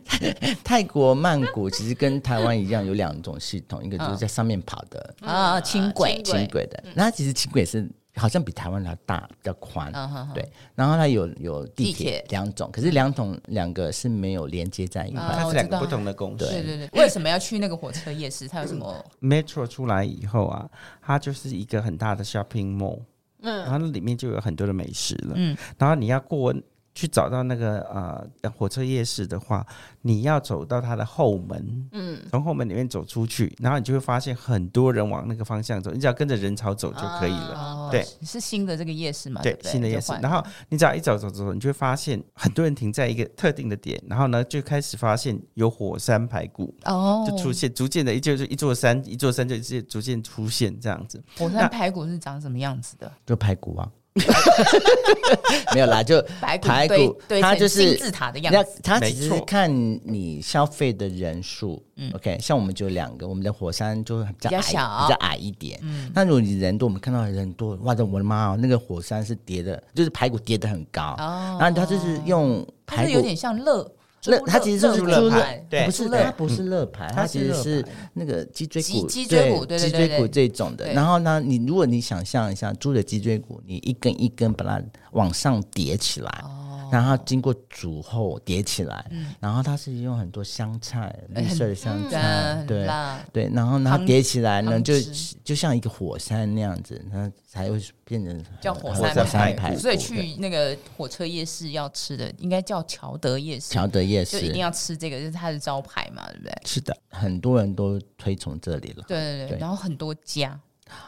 Speaker 3: [laughs] 泰国曼谷其实跟台湾一样有两种系统，一个
Speaker 2: 嗯
Speaker 3: 就是在上面跑的
Speaker 2: 啊，轻轨
Speaker 1: 轻轨
Speaker 3: 轻轨的，
Speaker 2: 嗯
Speaker 3: 那它其实轻轨是好像比台湾还要大比较宽
Speaker 2: 嗯哼，
Speaker 3: 对，然后它有有
Speaker 2: 地
Speaker 3: 地
Speaker 2: 铁
Speaker 3: 铁两种，可是两种两个是没有连接在一块
Speaker 2: 啊
Speaker 3: 的。
Speaker 4: 它
Speaker 2: 我
Speaker 4: 是
Speaker 2: 知
Speaker 4: 两个
Speaker 2: 道
Speaker 4: 不同的公司。
Speaker 2: 对对对，为什么要去那个火车夜市？它有什么？
Speaker 4: Metro 出来以后啊，它就是一个很大的 shopping mall，
Speaker 1: 嗯
Speaker 4: 然后那里面就有很多的美食了。
Speaker 2: 嗯
Speaker 4: 然后你要过去找到那个呃火车夜市的话，你要走到它的后门，
Speaker 1: 嗯，
Speaker 4: 从后门里面走出去，然后你就会发现很多人往那个方向走，你只要跟着人潮走就可以了。
Speaker 2: 哦，
Speaker 4: 对，
Speaker 2: 是新的这个夜市嘛？
Speaker 4: 对
Speaker 2: 不，对
Speaker 4: 新的夜
Speaker 2: 就
Speaker 4: 市
Speaker 2: 换。
Speaker 4: 然后你只要一走走走，走，你就会发现很多人停在一个特定的点，然后呢就开始发现有火山排骨。
Speaker 2: 哦，
Speaker 4: 就出现，逐渐的，就是一座山，一座山就逐渐逐渐出现这样子。
Speaker 2: 火山排骨是长什么样子的？
Speaker 3: 就排骨啊， [laughs] 没有啦，就
Speaker 2: 排骨
Speaker 3: 排骨
Speaker 2: 堆堆
Speaker 3: 它
Speaker 2: 成
Speaker 3: 就是
Speaker 2: 金字塔的样
Speaker 3: 那
Speaker 2: 子。
Speaker 3: 它其实
Speaker 4: 没
Speaker 3: 是
Speaker 4: 错
Speaker 3: 看你消费的人数。OK，像我们就有两个，我们的火山就比
Speaker 2: 嗯比
Speaker 3: 较
Speaker 2: 较
Speaker 3: 矮，
Speaker 2: 小嗯
Speaker 3: 比较矮一点。那如果你人多，我们看到人多，哇，我的妈哦，那个火山是叠的，就是排骨叠的很高。
Speaker 2: 哦
Speaker 3: 然后它就是用
Speaker 2: 它
Speaker 3: 排
Speaker 2: 是有
Speaker 3: 骨
Speaker 2: 点像乐，
Speaker 3: 肋
Speaker 2: 猪
Speaker 3: 它其实就是
Speaker 2: 肋
Speaker 3: 猪肋
Speaker 2: 排
Speaker 4: 对
Speaker 3: 不是
Speaker 2: 猪肋
Speaker 3: 它不是肋排，它
Speaker 4: 它
Speaker 3: 其
Speaker 4: 是
Speaker 3: 实
Speaker 4: 肋排
Speaker 3: 是那个脊椎
Speaker 2: 脊
Speaker 3: 骨，
Speaker 2: 脊椎骨对对
Speaker 3: 脊
Speaker 2: 对
Speaker 3: 椎骨
Speaker 2: 对
Speaker 3: 这种的。
Speaker 2: 对
Speaker 3: 然后呢，你如果你想象一下猪的脊椎骨，你一根一根把它往上叠起来，
Speaker 2: 哦
Speaker 3: 然后经过煮后叠起来，然后它是用很多香菜，绿色的香菜，
Speaker 2: 嗯嗯
Speaker 3: 对
Speaker 2: 辣
Speaker 3: 对，然后它
Speaker 2: 汤
Speaker 3: 叠起来呢，
Speaker 2: 汤
Speaker 3: 就
Speaker 2: 汁
Speaker 3: 就像一个火山那样子，它才会变成
Speaker 2: 叫
Speaker 3: 很
Speaker 2: 火
Speaker 3: 很
Speaker 2: 山
Speaker 4: 排
Speaker 3: 排骨。
Speaker 2: 所以
Speaker 3: 对
Speaker 2: 去那个火车夜市要吃的应该叫乔德夜市，
Speaker 3: 乔德夜
Speaker 2: 就一定
Speaker 3: 市，
Speaker 2: 要吃这个，就是它的招牌嘛，对不对？
Speaker 4: 是的，
Speaker 3: 很多人都推崇这里了。
Speaker 2: 对对对，
Speaker 3: 对
Speaker 2: 然后很多家，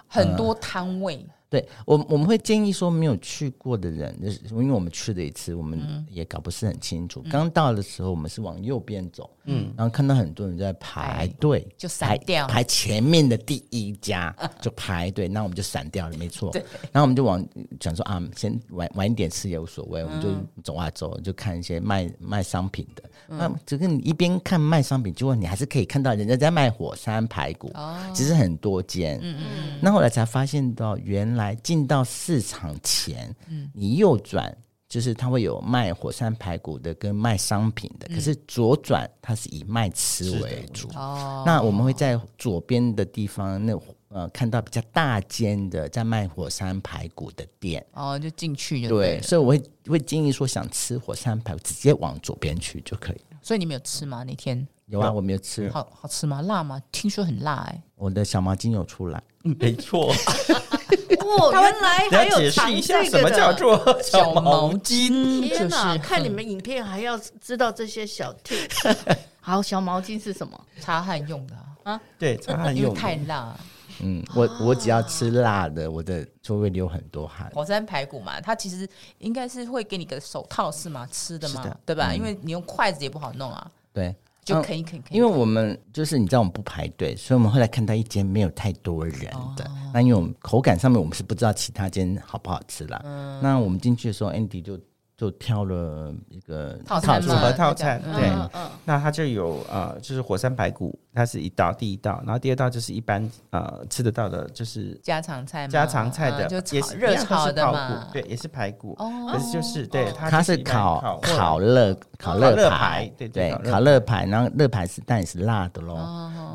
Speaker 2: 很多摊位，
Speaker 3: 对我，我们会建议说，没有去过的人，就是因为我们去了一次，我们也搞不是很清楚。刚到的时候，我们是往右边走，嗯，然后看到很多人在排队，
Speaker 2: 就闪
Speaker 3: 排
Speaker 2: 掉
Speaker 3: 排前面的第一家就排队，那我们就闪掉了，没错。然后我们就往想说啊，先晚晚一点吃也无所谓，我们就走啊走，就看一些卖卖商品的。那这个你一边看卖商品，结果你还是可以看到人家在卖火山排骨，其实很多间，哦嗯嗯。那后来才发现到，原来进到市场前，
Speaker 2: 嗯
Speaker 3: 你右转。就是它会有卖火山排骨的跟卖商品
Speaker 2: 嗯
Speaker 3: 的，可是左转它是以卖吃为主
Speaker 2: 哦
Speaker 3: 那我们会在左边的地方，那呃看到比较大间的在卖火山排骨的店。
Speaker 2: 哦就进去就对
Speaker 3: 对，
Speaker 2: 了。
Speaker 3: 所以我会会建议说，想吃火山排骨，直接往左边去就可以。
Speaker 2: 所以你们有吃吗？那天
Speaker 3: 有啊，我没有吃，
Speaker 2: 好好吃吗？辣吗？听说很辣哎，
Speaker 3: 我的小毛巾有出来。
Speaker 4: 没 [laughs] 错。
Speaker 1: 哦，原来
Speaker 4: 嗯
Speaker 2: 哎
Speaker 4: 你
Speaker 1: 还
Speaker 4: 要
Speaker 1: 有
Speaker 4: 解释
Speaker 1: 藏这
Speaker 4: 一下
Speaker 1: 个
Speaker 4: 什么
Speaker 1: 的
Speaker 4: 叫做
Speaker 2: 小
Speaker 4: 小
Speaker 2: 毛
Speaker 4: 毛
Speaker 2: 巾
Speaker 4: 巾？
Speaker 2: 就是
Speaker 1: 天哪！
Speaker 2: 很
Speaker 1: 看你们影片还要知道这些小 tips。好，
Speaker 2: [laughs]
Speaker 1: 小毛巾是什么？
Speaker 2: 擦汗用的啊，
Speaker 4: 对，擦汗
Speaker 2: 因为
Speaker 4: 用
Speaker 2: 太
Speaker 4: 的。
Speaker 2: 辣。
Speaker 3: 嗯，我
Speaker 2: 啊
Speaker 3: 我只要吃辣的，我的就会流很多汗。
Speaker 2: 火山排骨嘛，它其实应该是会给你个手套是吗？吃的嘛，
Speaker 4: 是的嗯
Speaker 2: 对吧？因为你用筷子也不好弄啊，
Speaker 3: 对，
Speaker 2: 就
Speaker 3: 嗯
Speaker 2: 啃一啃啃一
Speaker 3: 因为我们就是你知道我们不排队，所以我们后来看到一间没有太多人的，
Speaker 4: 哦
Speaker 3: 那因为我们口感上面我们是不知道其他间好不好吃啦。
Speaker 4: 嗯
Speaker 3: 那我们进去的时候，Andy 就就挑了一个
Speaker 2: 套餐
Speaker 4: 组
Speaker 2: 嘛
Speaker 4: 合套餐，
Speaker 2: 嗯
Speaker 4: 对，
Speaker 1: 嗯嗯，
Speaker 4: 那它就有呃，就是火山排骨，它是一道第一道，然后第二道就是一般呃吃得到的，就是
Speaker 2: 家常菜嘛，
Speaker 4: 家常菜的，
Speaker 2: 嗯就
Speaker 4: 也
Speaker 2: 炒
Speaker 4: 是
Speaker 2: 热
Speaker 4: 一样都
Speaker 2: 炒
Speaker 4: 是
Speaker 2: 的
Speaker 4: 泡
Speaker 2: 嘛
Speaker 4: 骨，，对，也是排骨，
Speaker 2: 哦
Speaker 4: 可是就是对，
Speaker 3: 它
Speaker 4: 就是一般
Speaker 3: 烤
Speaker 4: 或者
Speaker 3: 烤乐烤乐
Speaker 4: 烤乐
Speaker 3: 排
Speaker 4: 排，对
Speaker 3: 对
Speaker 4: 烤乐，排哦
Speaker 3: 烤乐排，然后乐排是但也是辣的咯。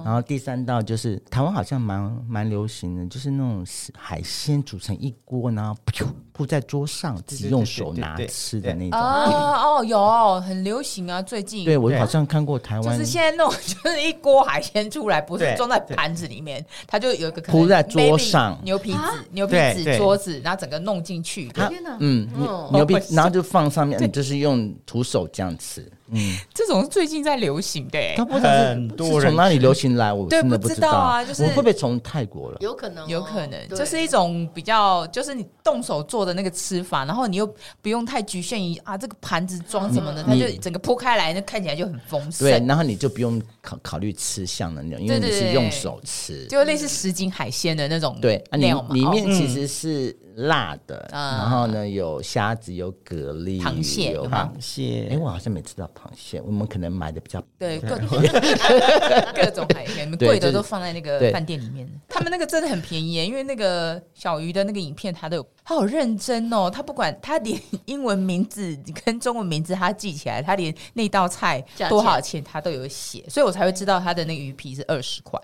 Speaker 3: 然后第三道就是台湾好像蛮蛮流行的，就是那种海鲜煮成一锅，然后噗铺在桌上，自己用手拿
Speaker 4: 对对对对对
Speaker 3: 吃的那种。
Speaker 2: 哦哦，有很流行啊，最近
Speaker 3: 对，我
Speaker 4: 对
Speaker 3: 好像看过台
Speaker 2: 就
Speaker 3: 湾
Speaker 2: 是现在弄，就是一锅海鲜出来，不是
Speaker 4: 对
Speaker 2: 装在盘子里面，它就有一个可能
Speaker 3: 铺在桌
Speaker 2: maybe
Speaker 3: 上
Speaker 2: 牛皮
Speaker 1: 啊
Speaker 2: 纸、牛皮
Speaker 4: 对
Speaker 2: 纸
Speaker 4: 对啊
Speaker 2: 桌子，然后整个弄进去。
Speaker 3: 它
Speaker 1: 天哪
Speaker 3: 嗯，
Speaker 1: 哦
Speaker 3: 你牛逼，然后就放上面，你就是用徒手这样吃。
Speaker 2: 这种是最近在流行的欸，
Speaker 3: 它不知道是
Speaker 4: 很多
Speaker 3: 是
Speaker 4: 人
Speaker 3: 从哪里流行来，我
Speaker 2: 对
Speaker 3: 真的
Speaker 2: 不知
Speaker 3: 知
Speaker 2: 道啊就是
Speaker 3: 我会不会从泰国了？
Speaker 1: 有可能哦，
Speaker 2: 有可能，
Speaker 1: 对
Speaker 2: 这是一种比较，就是你动手做的那个吃法，然后你又不用太局限于啊这个盘子装什么
Speaker 1: 嗯
Speaker 2: 的，它
Speaker 3: 你
Speaker 2: 就整个铺开来，那看起来就很丰
Speaker 3: 对，
Speaker 2: 盛，
Speaker 3: 然后你就不用考考虑吃相的那种，因为
Speaker 2: 对
Speaker 3: 你
Speaker 2: 对
Speaker 3: 是
Speaker 2: 对
Speaker 3: 用手吃。
Speaker 2: 就类似什锦海鲜的那种
Speaker 3: 对，啊，里
Speaker 2: 料嘛。
Speaker 3: 里
Speaker 2: 哦
Speaker 3: 面其实是辣的，
Speaker 2: 啊
Speaker 3: 然后呢有虾子、有蛤蜊、
Speaker 2: 螃蟹
Speaker 3: 有
Speaker 2: 有吗
Speaker 4: 螃
Speaker 3: 哎、
Speaker 4: 蟹，
Speaker 3: 我好像没吃到螃蟹，我们可能买的比较
Speaker 2: 对，各
Speaker 3: [laughs]
Speaker 2: 各种海鲜，
Speaker 3: 对
Speaker 2: 贵的
Speaker 3: 就是
Speaker 2: 都放在那个
Speaker 3: 对
Speaker 2: 饭店里面。他们那个真的很便宜耶，因为那个小鱼的那个影片，他都有，他好认真哦。他不管他连英文名字跟中文名字他记起来，他连那道菜
Speaker 1: 价钱
Speaker 2: 多少钱他都有写，所以我才会知道他的那个鱼皮是二十块。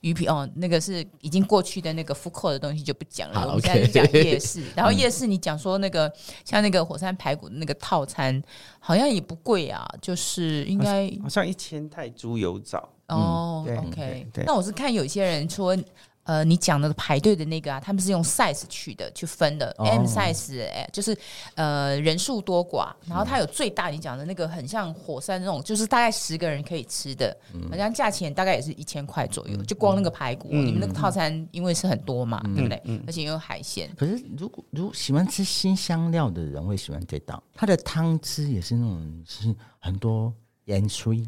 Speaker 2: 鱼皮哦，那个是已经过去的那个复扣的东西就不讲了，
Speaker 3: 好
Speaker 2: 我们现在就
Speaker 3: OK 嗯
Speaker 2: 讲夜
Speaker 3: [laughs]
Speaker 2: 市。然后夜市你讲说那个像那个火山排骨的那个套餐，好像也不贵啊，就是应该
Speaker 4: 好像一千泰铢有找。
Speaker 2: 哦、
Speaker 4: 嗯对
Speaker 2: o k
Speaker 4: 对对
Speaker 2: 那我是看有些人说，呃，你讲的排队的那个啊，他们是用 size 去的，去分的、
Speaker 3: 哦
Speaker 2: M size，哎，就是呃人数多寡，然后它有最大你讲的那个很像火山那种，就是大概十个人可以吃的，
Speaker 4: 嗯
Speaker 2: 好像价钱大概也是一千块左右，就光那个排骨，你们那个套餐因为是很多嘛，
Speaker 4: 嗯
Speaker 2: 对不对？而且又有海鲜，
Speaker 3: 可是如果如喜欢吃新香料的人会喜欢这道，它的汤汁也是那种是很多盐水，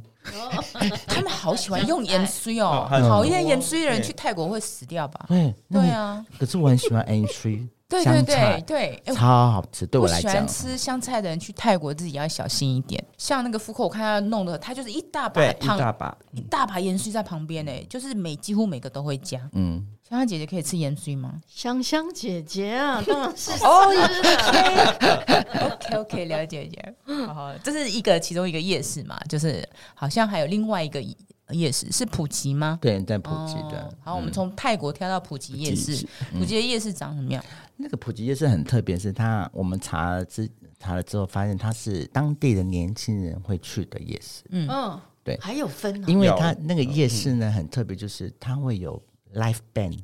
Speaker 2: 他们好喜欢用盐酥哦
Speaker 4: 哦， [laughs] 很嗯
Speaker 2: 讨
Speaker 4: 多
Speaker 2: 厌盐酥的人
Speaker 4: 对
Speaker 2: 去泰国会死掉吧？
Speaker 3: 对那个
Speaker 2: 对啊，，
Speaker 3: 可是我很喜欢盐水
Speaker 2: 对对
Speaker 3: 香
Speaker 2: 对
Speaker 3: 菜
Speaker 2: 对，哎
Speaker 3: 超好吃，对我
Speaker 2: 不
Speaker 3: 来
Speaker 2: 喜
Speaker 3: 讲
Speaker 2: 欢，吃香菜的人去泰国自己要小心一点。像那个福口，我看他弄的，他就是一大把
Speaker 4: 对，一
Speaker 2: 胖
Speaker 4: 大把。
Speaker 2: 一大把盐酥在旁边呢，就是每几乎每个都会加。
Speaker 3: 嗯，
Speaker 2: 香香姐姐可以吃盐酥吗
Speaker 1: 香香姐姐
Speaker 2: [laughs]
Speaker 1: 啊，当然是
Speaker 2: 哦
Speaker 1: 吃的。
Speaker 2: ？OK OK，了解了解。好好，这是一个其中一个夜市嘛，就是好像还有另外一个夜市是普吉吗？
Speaker 3: 对，在普吉
Speaker 2: 哦
Speaker 3: 的。嗯
Speaker 2: 好，我们从泰国跳到普吉夜
Speaker 3: 普
Speaker 2: 市
Speaker 3: 吉，嗯
Speaker 2: 普吉的夜市长什么样？
Speaker 3: 那个普吉夜市很特别，是它我们查了之查了之后，发现它是当地的年轻人会去的夜市，
Speaker 1: 嗯，
Speaker 3: 对
Speaker 1: 还有分啊
Speaker 3: 因为
Speaker 4: 有
Speaker 3: 它那个夜市呢很特别，就是它会有 l i f e band，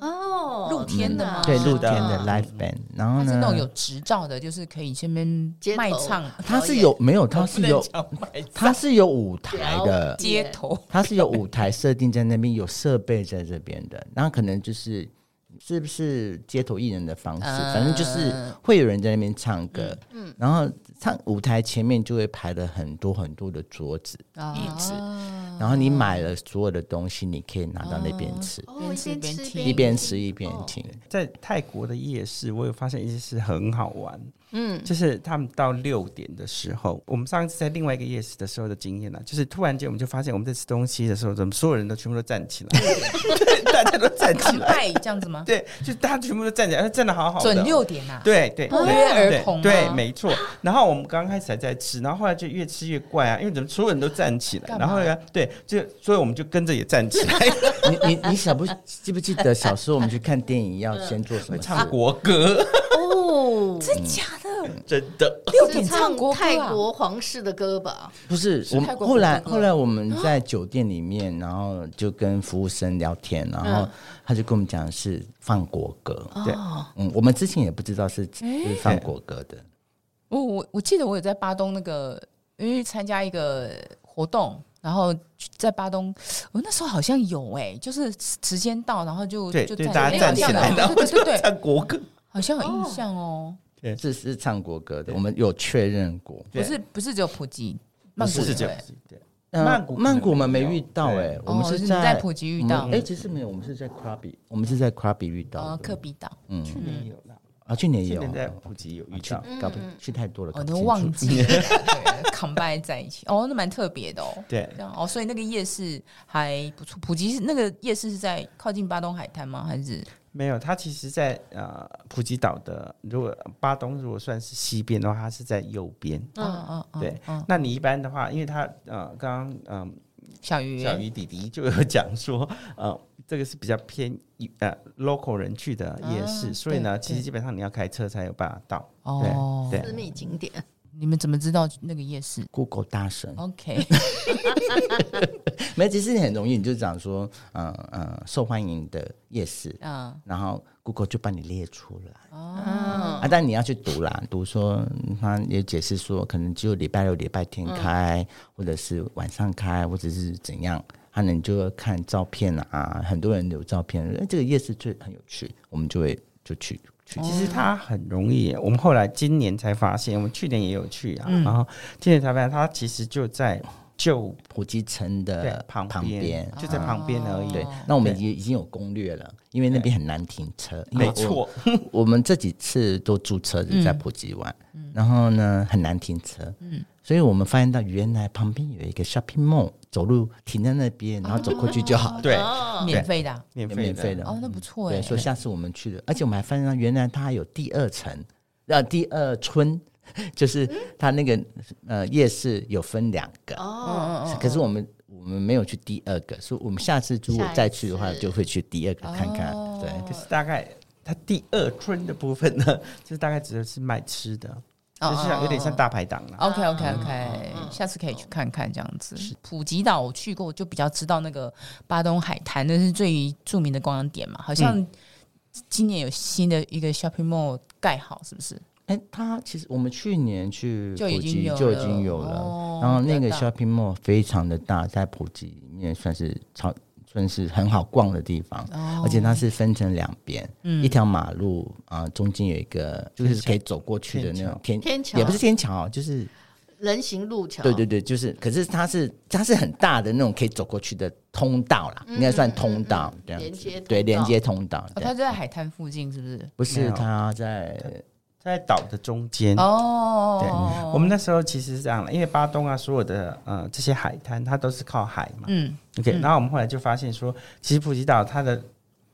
Speaker 1: 哦，
Speaker 2: 露天的吗
Speaker 3: 对，
Speaker 2: 是
Speaker 3: 露
Speaker 4: 的
Speaker 3: 天的 l i f e band，然后
Speaker 2: 它是那种
Speaker 3: 呢
Speaker 2: 有，执照的，就是可以这边
Speaker 1: 街头
Speaker 2: 卖唱，
Speaker 3: 它是有没有？它是有，它是有舞台的，
Speaker 2: 街头。
Speaker 3: 它是有舞台设定在那边，有设备在这边的，然后可能就是是不是街头艺人的方式，
Speaker 2: 嗯
Speaker 3: 反正就是会有人在那边唱歌，呃嗯，然后唱舞台前面就会排了很多很多的桌子，
Speaker 2: 椅子，
Speaker 1: 哦
Speaker 3: 然后你买了所有的东西，你可以拿到那边吃，
Speaker 1: 哦，一边
Speaker 2: 边
Speaker 1: 吃
Speaker 2: 吃
Speaker 3: 一边吃一边听，
Speaker 4: 在泰国的夜市，我有发现一件事很好玩，
Speaker 1: 哦
Speaker 4: 嗯，就是他们到六点的时候，我们上次在另外一个夜市的时候的经验呢、啊就是突然间我们就发现我们在吃东西的时候，怎么所有人都全部都站起 [laughs] 来，对大家都站起
Speaker 2: 看
Speaker 4: 来，
Speaker 2: 拜这样子吗？
Speaker 4: 对，就大家全部都站起来，哎站的好好的，
Speaker 2: 准六点啊，
Speaker 4: 对对，
Speaker 2: 不
Speaker 4: 对
Speaker 2: 约而
Speaker 4: 对
Speaker 2: 同啊吗
Speaker 4: 对，没错。然后我们刚开始还在吃，然后后来就越吃越怪啊，因为怎么所有人都站起来，
Speaker 2: 干嘛
Speaker 4: 然后呢，对，就所以我们就跟着也站起 [laughs] 来，
Speaker 3: 你你你想不记不记得小时候我们去看电影要先做什么事？
Speaker 4: 唱国歌，
Speaker 1: [laughs] 哦，
Speaker 2: 真假的？
Speaker 4: 真的。
Speaker 2: 六
Speaker 1: 是
Speaker 2: 点
Speaker 1: 唱
Speaker 2: 唱国歌
Speaker 1: 泰
Speaker 2: 啊？
Speaker 1: 国皇室的歌吧？
Speaker 3: 不是，我
Speaker 2: 泰
Speaker 3: 们
Speaker 2: 国嗯
Speaker 3: 后来
Speaker 2: 火锅
Speaker 3: 后来我们在酒店里面，然后就跟服务生聊天，
Speaker 2: 嗯
Speaker 3: 然后他就跟我们讲是放国歌。
Speaker 2: 哦
Speaker 4: 对
Speaker 3: 嗯，我们之前也不知道是是放国歌的。
Speaker 2: 我我我记得我有在巴东那个，因为参加一个活动，然后在巴东，我那时候好像有哎、就是时间到，然后就
Speaker 4: 对
Speaker 2: 就
Speaker 4: 对
Speaker 2: 站
Speaker 4: 大家
Speaker 2: 没有
Speaker 4: 站起来
Speaker 2: 这样的
Speaker 4: 然后
Speaker 2: 对对对
Speaker 4: [laughs]
Speaker 2: 对，
Speaker 4: 唱国歌，
Speaker 2: 好像有印象哦，
Speaker 3: 是是唱国歌的，我们有确认过。
Speaker 4: 对
Speaker 2: 不是不是只有普吉，曼谷
Speaker 4: 不
Speaker 2: 对不
Speaker 4: 是这
Speaker 2: 对
Speaker 4: 样，子，对，
Speaker 3: 呃
Speaker 4: 曼谷可能
Speaker 3: 曼谷我们没
Speaker 4: 没有
Speaker 3: 遇到
Speaker 4: 对
Speaker 3: 哎，我们
Speaker 2: 哦
Speaker 3: 是
Speaker 2: 是你
Speaker 3: 在
Speaker 2: 在普吉遇到
Speaker 3: 我们哎，其实没有，我们是在 Krabi，我们是在 Krabi 遇到
Speaker 2: 呃，
Speaker 3: 的
Speaker 2: 科。比岛，
Speaker 4: 去年有啦，
Speaker 3: 啊，去年也
Speaker 4: 去
Speaker 3: 有
Speaker 4: 年在
Speaker 3: 啊，
Speaker 4: 普吉有
Speaker 3: 啊
Speaker 4: 遇
Speaker 2: 嗯
Speaker 3: 去
Speaker 4: 到，
Speaker 3: 搞不去太多了，
Speaker 2: 我
Speaker 3: 搞不
Speaker 2: 都
Speaker 3: 清
Speaker 2: 哦忘
Speaker 3: 楚
Speaker 2: 记了，对 combine 在一起，哦，那蛮特别的哦。
Speaker 4: 对
Speaker 2: 这样哦，所以那个夜市还不错。普吉是那个夜市是在靠近巴东海滩吗？还是
Speaker 4: 没有，它其实在，呃普吉岛的，如果呃巴东如果算是西边的话，它是在右边。
Speaker 2: 嗯嗯嗯，
Speaker 4: 对
Speaker 2: 嗯，
Speaker 4: 那你一般的话，因为它呃，刚刚嗯、
Speaker 2: 小鱼
Speaker 4: 小鱼弟弟就有讲说，呃，这个是比较偏呃 local 人去的夜市，
Speaker 2: 啊
Speaker 4: 所以呢，
Speaker 2: 对
Speaker 4: 其实基本上你要开车才有办法到。
Speaker 2: 哦，
Speaker 4: 对
Speaker 1: 私密景点，
Speaker 2: 你们怎么知道那个夜市
Speaker 3: Google 大神。
Speaker 2: ？OK，
Speaker 3: 没，其实你很容易，你就讲说，嗯、嗯、受欢迎的夜市，
Speaker 2: 嗯，
Speaker 3: 然后 Google 就帮你列出来、
Speaker 2: 哦，
Speaker 3: 啊。但你要去读啦，读说嗯他也解释说，可能只有礼拜六、礼拜天
Speaker 4: 嗯
Speaker 3: 开，或者是晚上开，或者是怎样。啊他能就要看照片啊，很多人有照片，哎，这个夜市就很有趣，我们就会就去去。
Speaker 4: 其实它很容易，我们后来今年才发现，我们去年也有去啊，然后今年才发现它其实就在旧
Speaker 3: 普吉城
Speaker 4: 对
Speaker 3: 的
Speaker 4: 旁
Speaker 3: 旁
Speaker 4: 边
Speaker 3: 边，，
Speaker 4: 就在旁边而已。
Speaker 3: 对
Speaker 2: 哦，
Speaker 3: 那我们已
Speaker 4: 对
Speaker 3: 经已经有攻略了，因为那边很难停车。因为
Speaker 4: 没错，
Speaker 3: 我，我们这几次都租车子在普吉湾，然后呢很难停车，嗯，所以我们发现到原来旁边有一个 shopping mall，走路停在那边，然后走过去就好了，
Speaker 4: 对，
Speaker 2: [laughs] 免费的啊、
Speaker 4: 免费
Speaker 3: 免费的。
Speaker 2: 哦，那不错哎、
Speaker 3: 对，所以下次我们去的，而且我们还发现到原来它还有第二层，呃，第二村，就是它那个呃夜市有分两个，
Speaker 1: 哦，
Speaker 3: 可是我们我们没有去第二个，所以我们下次如果
Speaker 1: 下一
Speaker 3: 再去的话，
Speaker 1: 次
Speaker 3: 就会去第二个看看。对，
Speaker 4: 就是大概它第二春的部分呢， [laughs] 就是大概指的是卖吃的，
Speaker 2: 哦
Speaker 4: 就是像有点像大排档啊啦。
Speaker 2: OK OK OK，、下次可以去看看这样子。普吉岛我去过，我就比较知道那个巴东海滩，那是最著名的观光点嘛。好
Speaker 4: 嗯
Speaker 2: 像今年有新的一个 shopping mall 盖好，是不哦是？
Speaker 3: 哎、它其实我们去年去
Speaker 2: 就
Speaker 3: 普
Speaker 2: 已经
Speaker 3: 吉
Speaker 2: 有
Speaker 3: 就已
Speaker 2: 了
Speaker 3: 经有了，
Speaker 2: 哦
Speaker 3: 然后那
Speaker 2: 比
Speaker 3: 个
Speaker 2: 较大
Speaker 3: shopping mall 非常的大，在普吉里面算是超算是很好逛的地方，而且它是分成两边，一条马路啊、中间有一个就是可以走过去的那种天
Speaker 1: 天桥哦
Speaker 3: 也不是天桥，哦就是
Speaker 1: 人行路桥，
Speaker 3: 对对对，就是可是它是它是很大的那种可以走过去的通道啦，应该算通道这样
Speaker 1: 连接
Speaker 3: 子，
Speaker 1: 通
Speaker 3: 对，连
Speaker 1: 道
Speaker 3: 接通道，
Speaker 2: 哦，
Speaker 3: 对
Speaker 2: 它就在海滩附近，是不是？
Speaker 3: 不
Speaker 4: 没
Speaker 3: 是
Speaker 4: 有
Speaker 3: 它在
Speaker 4: 在岛的中间。
Speaker 2: 哦，
Speaker 4: 嗯对，我们那时候其实是这样的，因为巴东啊，所有的呃这些海滩，它都是靠海嘛。
Speaker 2: 嗯
Speaker 4: OK，然后我们后来就发现说，其实普吉岛它的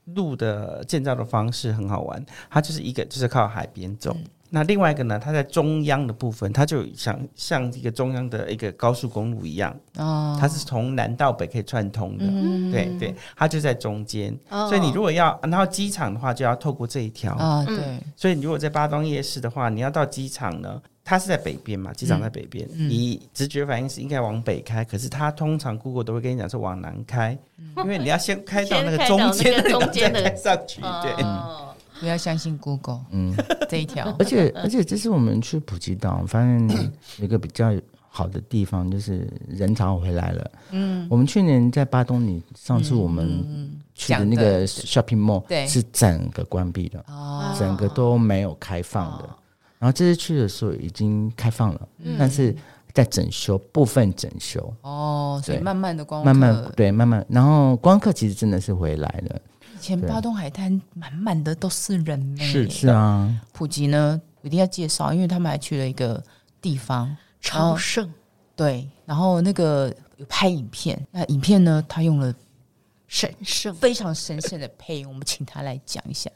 Speaker 4: 路的建造的方式很好玩，它就是一个就是靠海边走。
Speaker 2: 嗯
Speaker 4: 那另外一个呢，它在中央的部分，它就像像一个中央的一个高速公路一样，
Speaker 2: 哦，嗯
Speaker 4: 它是从南到北可以串通的，对对，它就在中间。
Speaker 1: 哦，
Speaker 4: 所以你如果要，然后机场的话，就要透过这一条。
Speaker 2: 啊，对，
Speaker 4: 所以你如果在巴东夜市的话，你要到机场呢，它是在北边
Speaker 1: 嗯
Speaker 4: 嘛，机场在北边，你直觉反应是应该往北开，可是它通常 Google 都会跟你讲是往南开，因为你要先开到那个中间的，
Speaker 1: 嗯 [laughs] 先开到那个中间的
Speaker 4: 然后再开上去，对。
Speaker 1: 哦
Speaker 2: 不要相信 Google
Speaker 3: 嗯。
Speaker 2: [laughs] 这一条
Speaker 3: 而
Speaker 2: [laughs]
Speaker 3: 且而且这次我们去普吉岛，发现有一个比较好的地方就是人潮回来了。嗯，我们去年在巴东里，上
Speaker 2: 嗯
Speaker 3: 次我们去的那个 shopping mall
Speaker 2: 对
Speaker 3: 是整个关闭的，
Speaker 2: 哦，
Speaker 3: 整个都没有开放的。然后这次去的时候已经开放了，
Speaker 2: 嗯
Speaker 3: 但是在整修，部分整修。
Speaker 2: 哦，所以
Speaker 3: 对
Speaker 2: 慢慢的光
Speaker 3: 慢慢对，慢慢，然后观光客其实真的是回来了，
Speaker 2: 以前巴东海滩满满的都是人呢，
Speaker 3: 是啊，
Speaker 2: 普吉呢，我一定要介绍，因为他们还去了一个地方，
Speaker 1: 超盛
Speaker 2: 对，然后那个有拍影片，那影片呢，他用了
Speaker 1: 神圣，
Speaker 2: 非常神圣的配音，我们请他来讲一下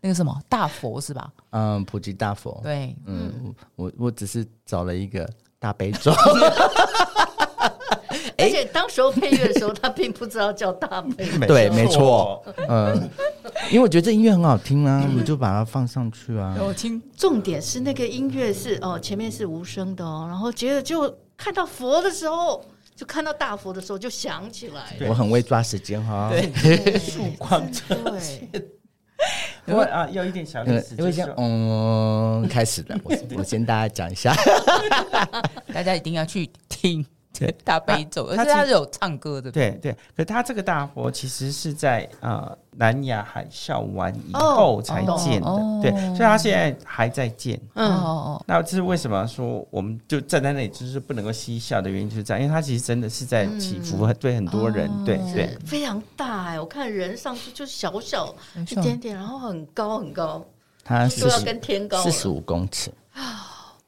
Speaker 2: 那个什么大佛是吧？
Speaker 3: 嗯，普吉大佛，
Speaker 2: 对，
Speaker 3: 嗯，我我只是找了一个大悲咒，
Speaker 1: 而且当时候配乐的时候，他并不知道叫大悲，
Speaker 3: 对没错，嗯，因为我觉得这音乐很好听啊，我就把它放上去啊。
Speaker 2: 我听
Speaker 1: [laughs] 重点是那个音乐是哦，前面是无声的哦，然后接着就看到佛的时候，就看到大佛的时候就想起来了，
Speaker 3: 我很会抓时间哈，
Speaker 1: 曙光对，
Speaker 4: 不过啊，有一点小意
Speaker 3: 嗯
Speaker 4: 思，
Speaker 3: 因
Speaker 4: 就
Speaker 3: 为
Speaker 4: 是
Speaker 3: 像
Speaker 4: 说
Speaker 3: 嗯开始了，我我先大家讲一下，
Speaker 2: 大家一定要去听大悲咒，而
Speaker 4: 他
Speaker 2: 且他
Speaker 4: 其
Speaker 2: 是有唱歌的，
Speaker 4: 对对，可它这个大佛其实是在呃南亚海啸完以后才建的，
Speaker 2: 哦
Speaker 4: 对，所以它现在还在建。
Speaker 2: 哦
Speaker 1: 嗯，
Speaker 2: 哦
Speaker 4: 那这是为什么说我们就站在那里就是不能够嬉笑的原因就是这样，因为它其实真的是在祈福，对很多人，对对
Speaker 1: 是非常大哎，我看人上去就小小
Speaker 2: 哦，
Speaker 1: 一点点，然后很高很高，
Speaker 3: 他
Speaker 1: 就
Speaker 3: 四
Speaker 1: 要
Speaker 3: 十
Speaker 1: 跟天高了
Speaker 3: 四十五公尺。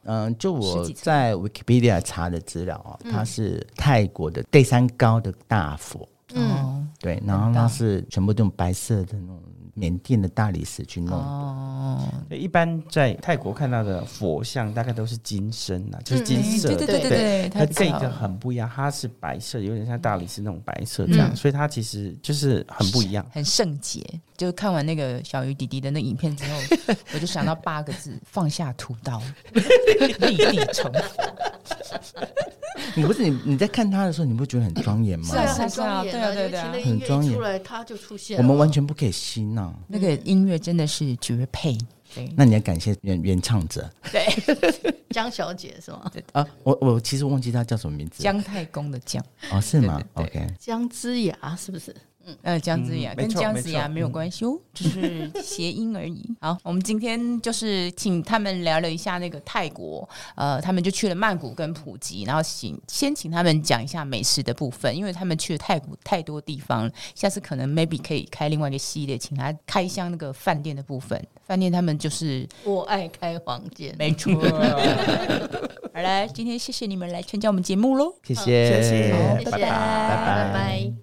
Speaker 3: 嗯，就我
Speaker 2: 十几层
Speaker 3: 在 Wikipedia 查的资料哦，它是泰国的第三高的大佛，
Speaker 2: 嗯
Speaker 3: 对，然后它是全部这种白色的那种缅甸的大理石去弄的，
Speaker 2: 哦，
Speaker 4: 对。一般在泰国看到的佛像大概都是金身啊，就是金色
Speaker 2: 对
Speaker 4: 的，
Speaker 2: 对
Speaker 1: 对
Speaker 2: 对对，
Speaker 4: 它
Speaker 2: 他
Speaker 4: 这个很不一样，它是白色，有点像大理石那种白色这样，所以它其实就是很不一样。
Speaker 2: 很圣洁，就看完那个小鱼弟弟的那影片之后，我就想到八个字：放下屠刀，立地成佛。
Speaker 3: 你不是你你在看他的时候，你不觉得很庄严吗？
Speaker 2: 是啊
Speaker 1: 很庄严啊
Speaker 2: 对啊对啊对啊
Speaker 1: 尤其那音
Speaker 3: 很庄
Speaker 1: 乐一
Speaker 3: 严
Speaker 1: 出来，他就出现
Speaker 3: 我
Speaker 1: 了，
Speaker 3: 们完全不可以嬉闹。
Speaker 2: 那个音乐真的是绝配，对
Speaker 3: 那你要感谢原原唱者
Speaker 2: 对，
Speaker 1: 江小姐是吗？
Speaker 3: 啊！我我其实忘记他叫什么名字
Speaker 2: 姜太公的姜，
Speaker 3: 哦，是吗
Speaker 2: 对
Speaker 3: ？OK，
Speaker 1: 姜之雅是不是？
Speaker 2: 呃，姜子牙
Speaker 4: 嗯
Speaker 2: 跟
Speaker 4: 没错
Speaker 2: 姜子牙
Speaker 4: 没错
Speaker 2: 没有关系哦，只是谐音而已。好，我们今天就是请他们聊了一下那个泰国，呃，他们就去了曼谷跟普吉，然后请先请他们讲一下美食的部分，因为他们去了泰国太多地方了，下次可能 maybe 可以开另外一个系列，请他开箱那个饭店的部分。饭店他们就是
Speaker 1: 我爱开房间，
Speaker 2: 没错。 [laughs] 好了，今天谢谢你们来参加我们节目喽。
Speaker 3: 谢谢，
Speaker 4: 谢
Speaker 1: 谢
Speaker 4: 谢
Speaker 1: 谢，哦
Speaker 3: 拜拜，
Speaker 1: 拜拜。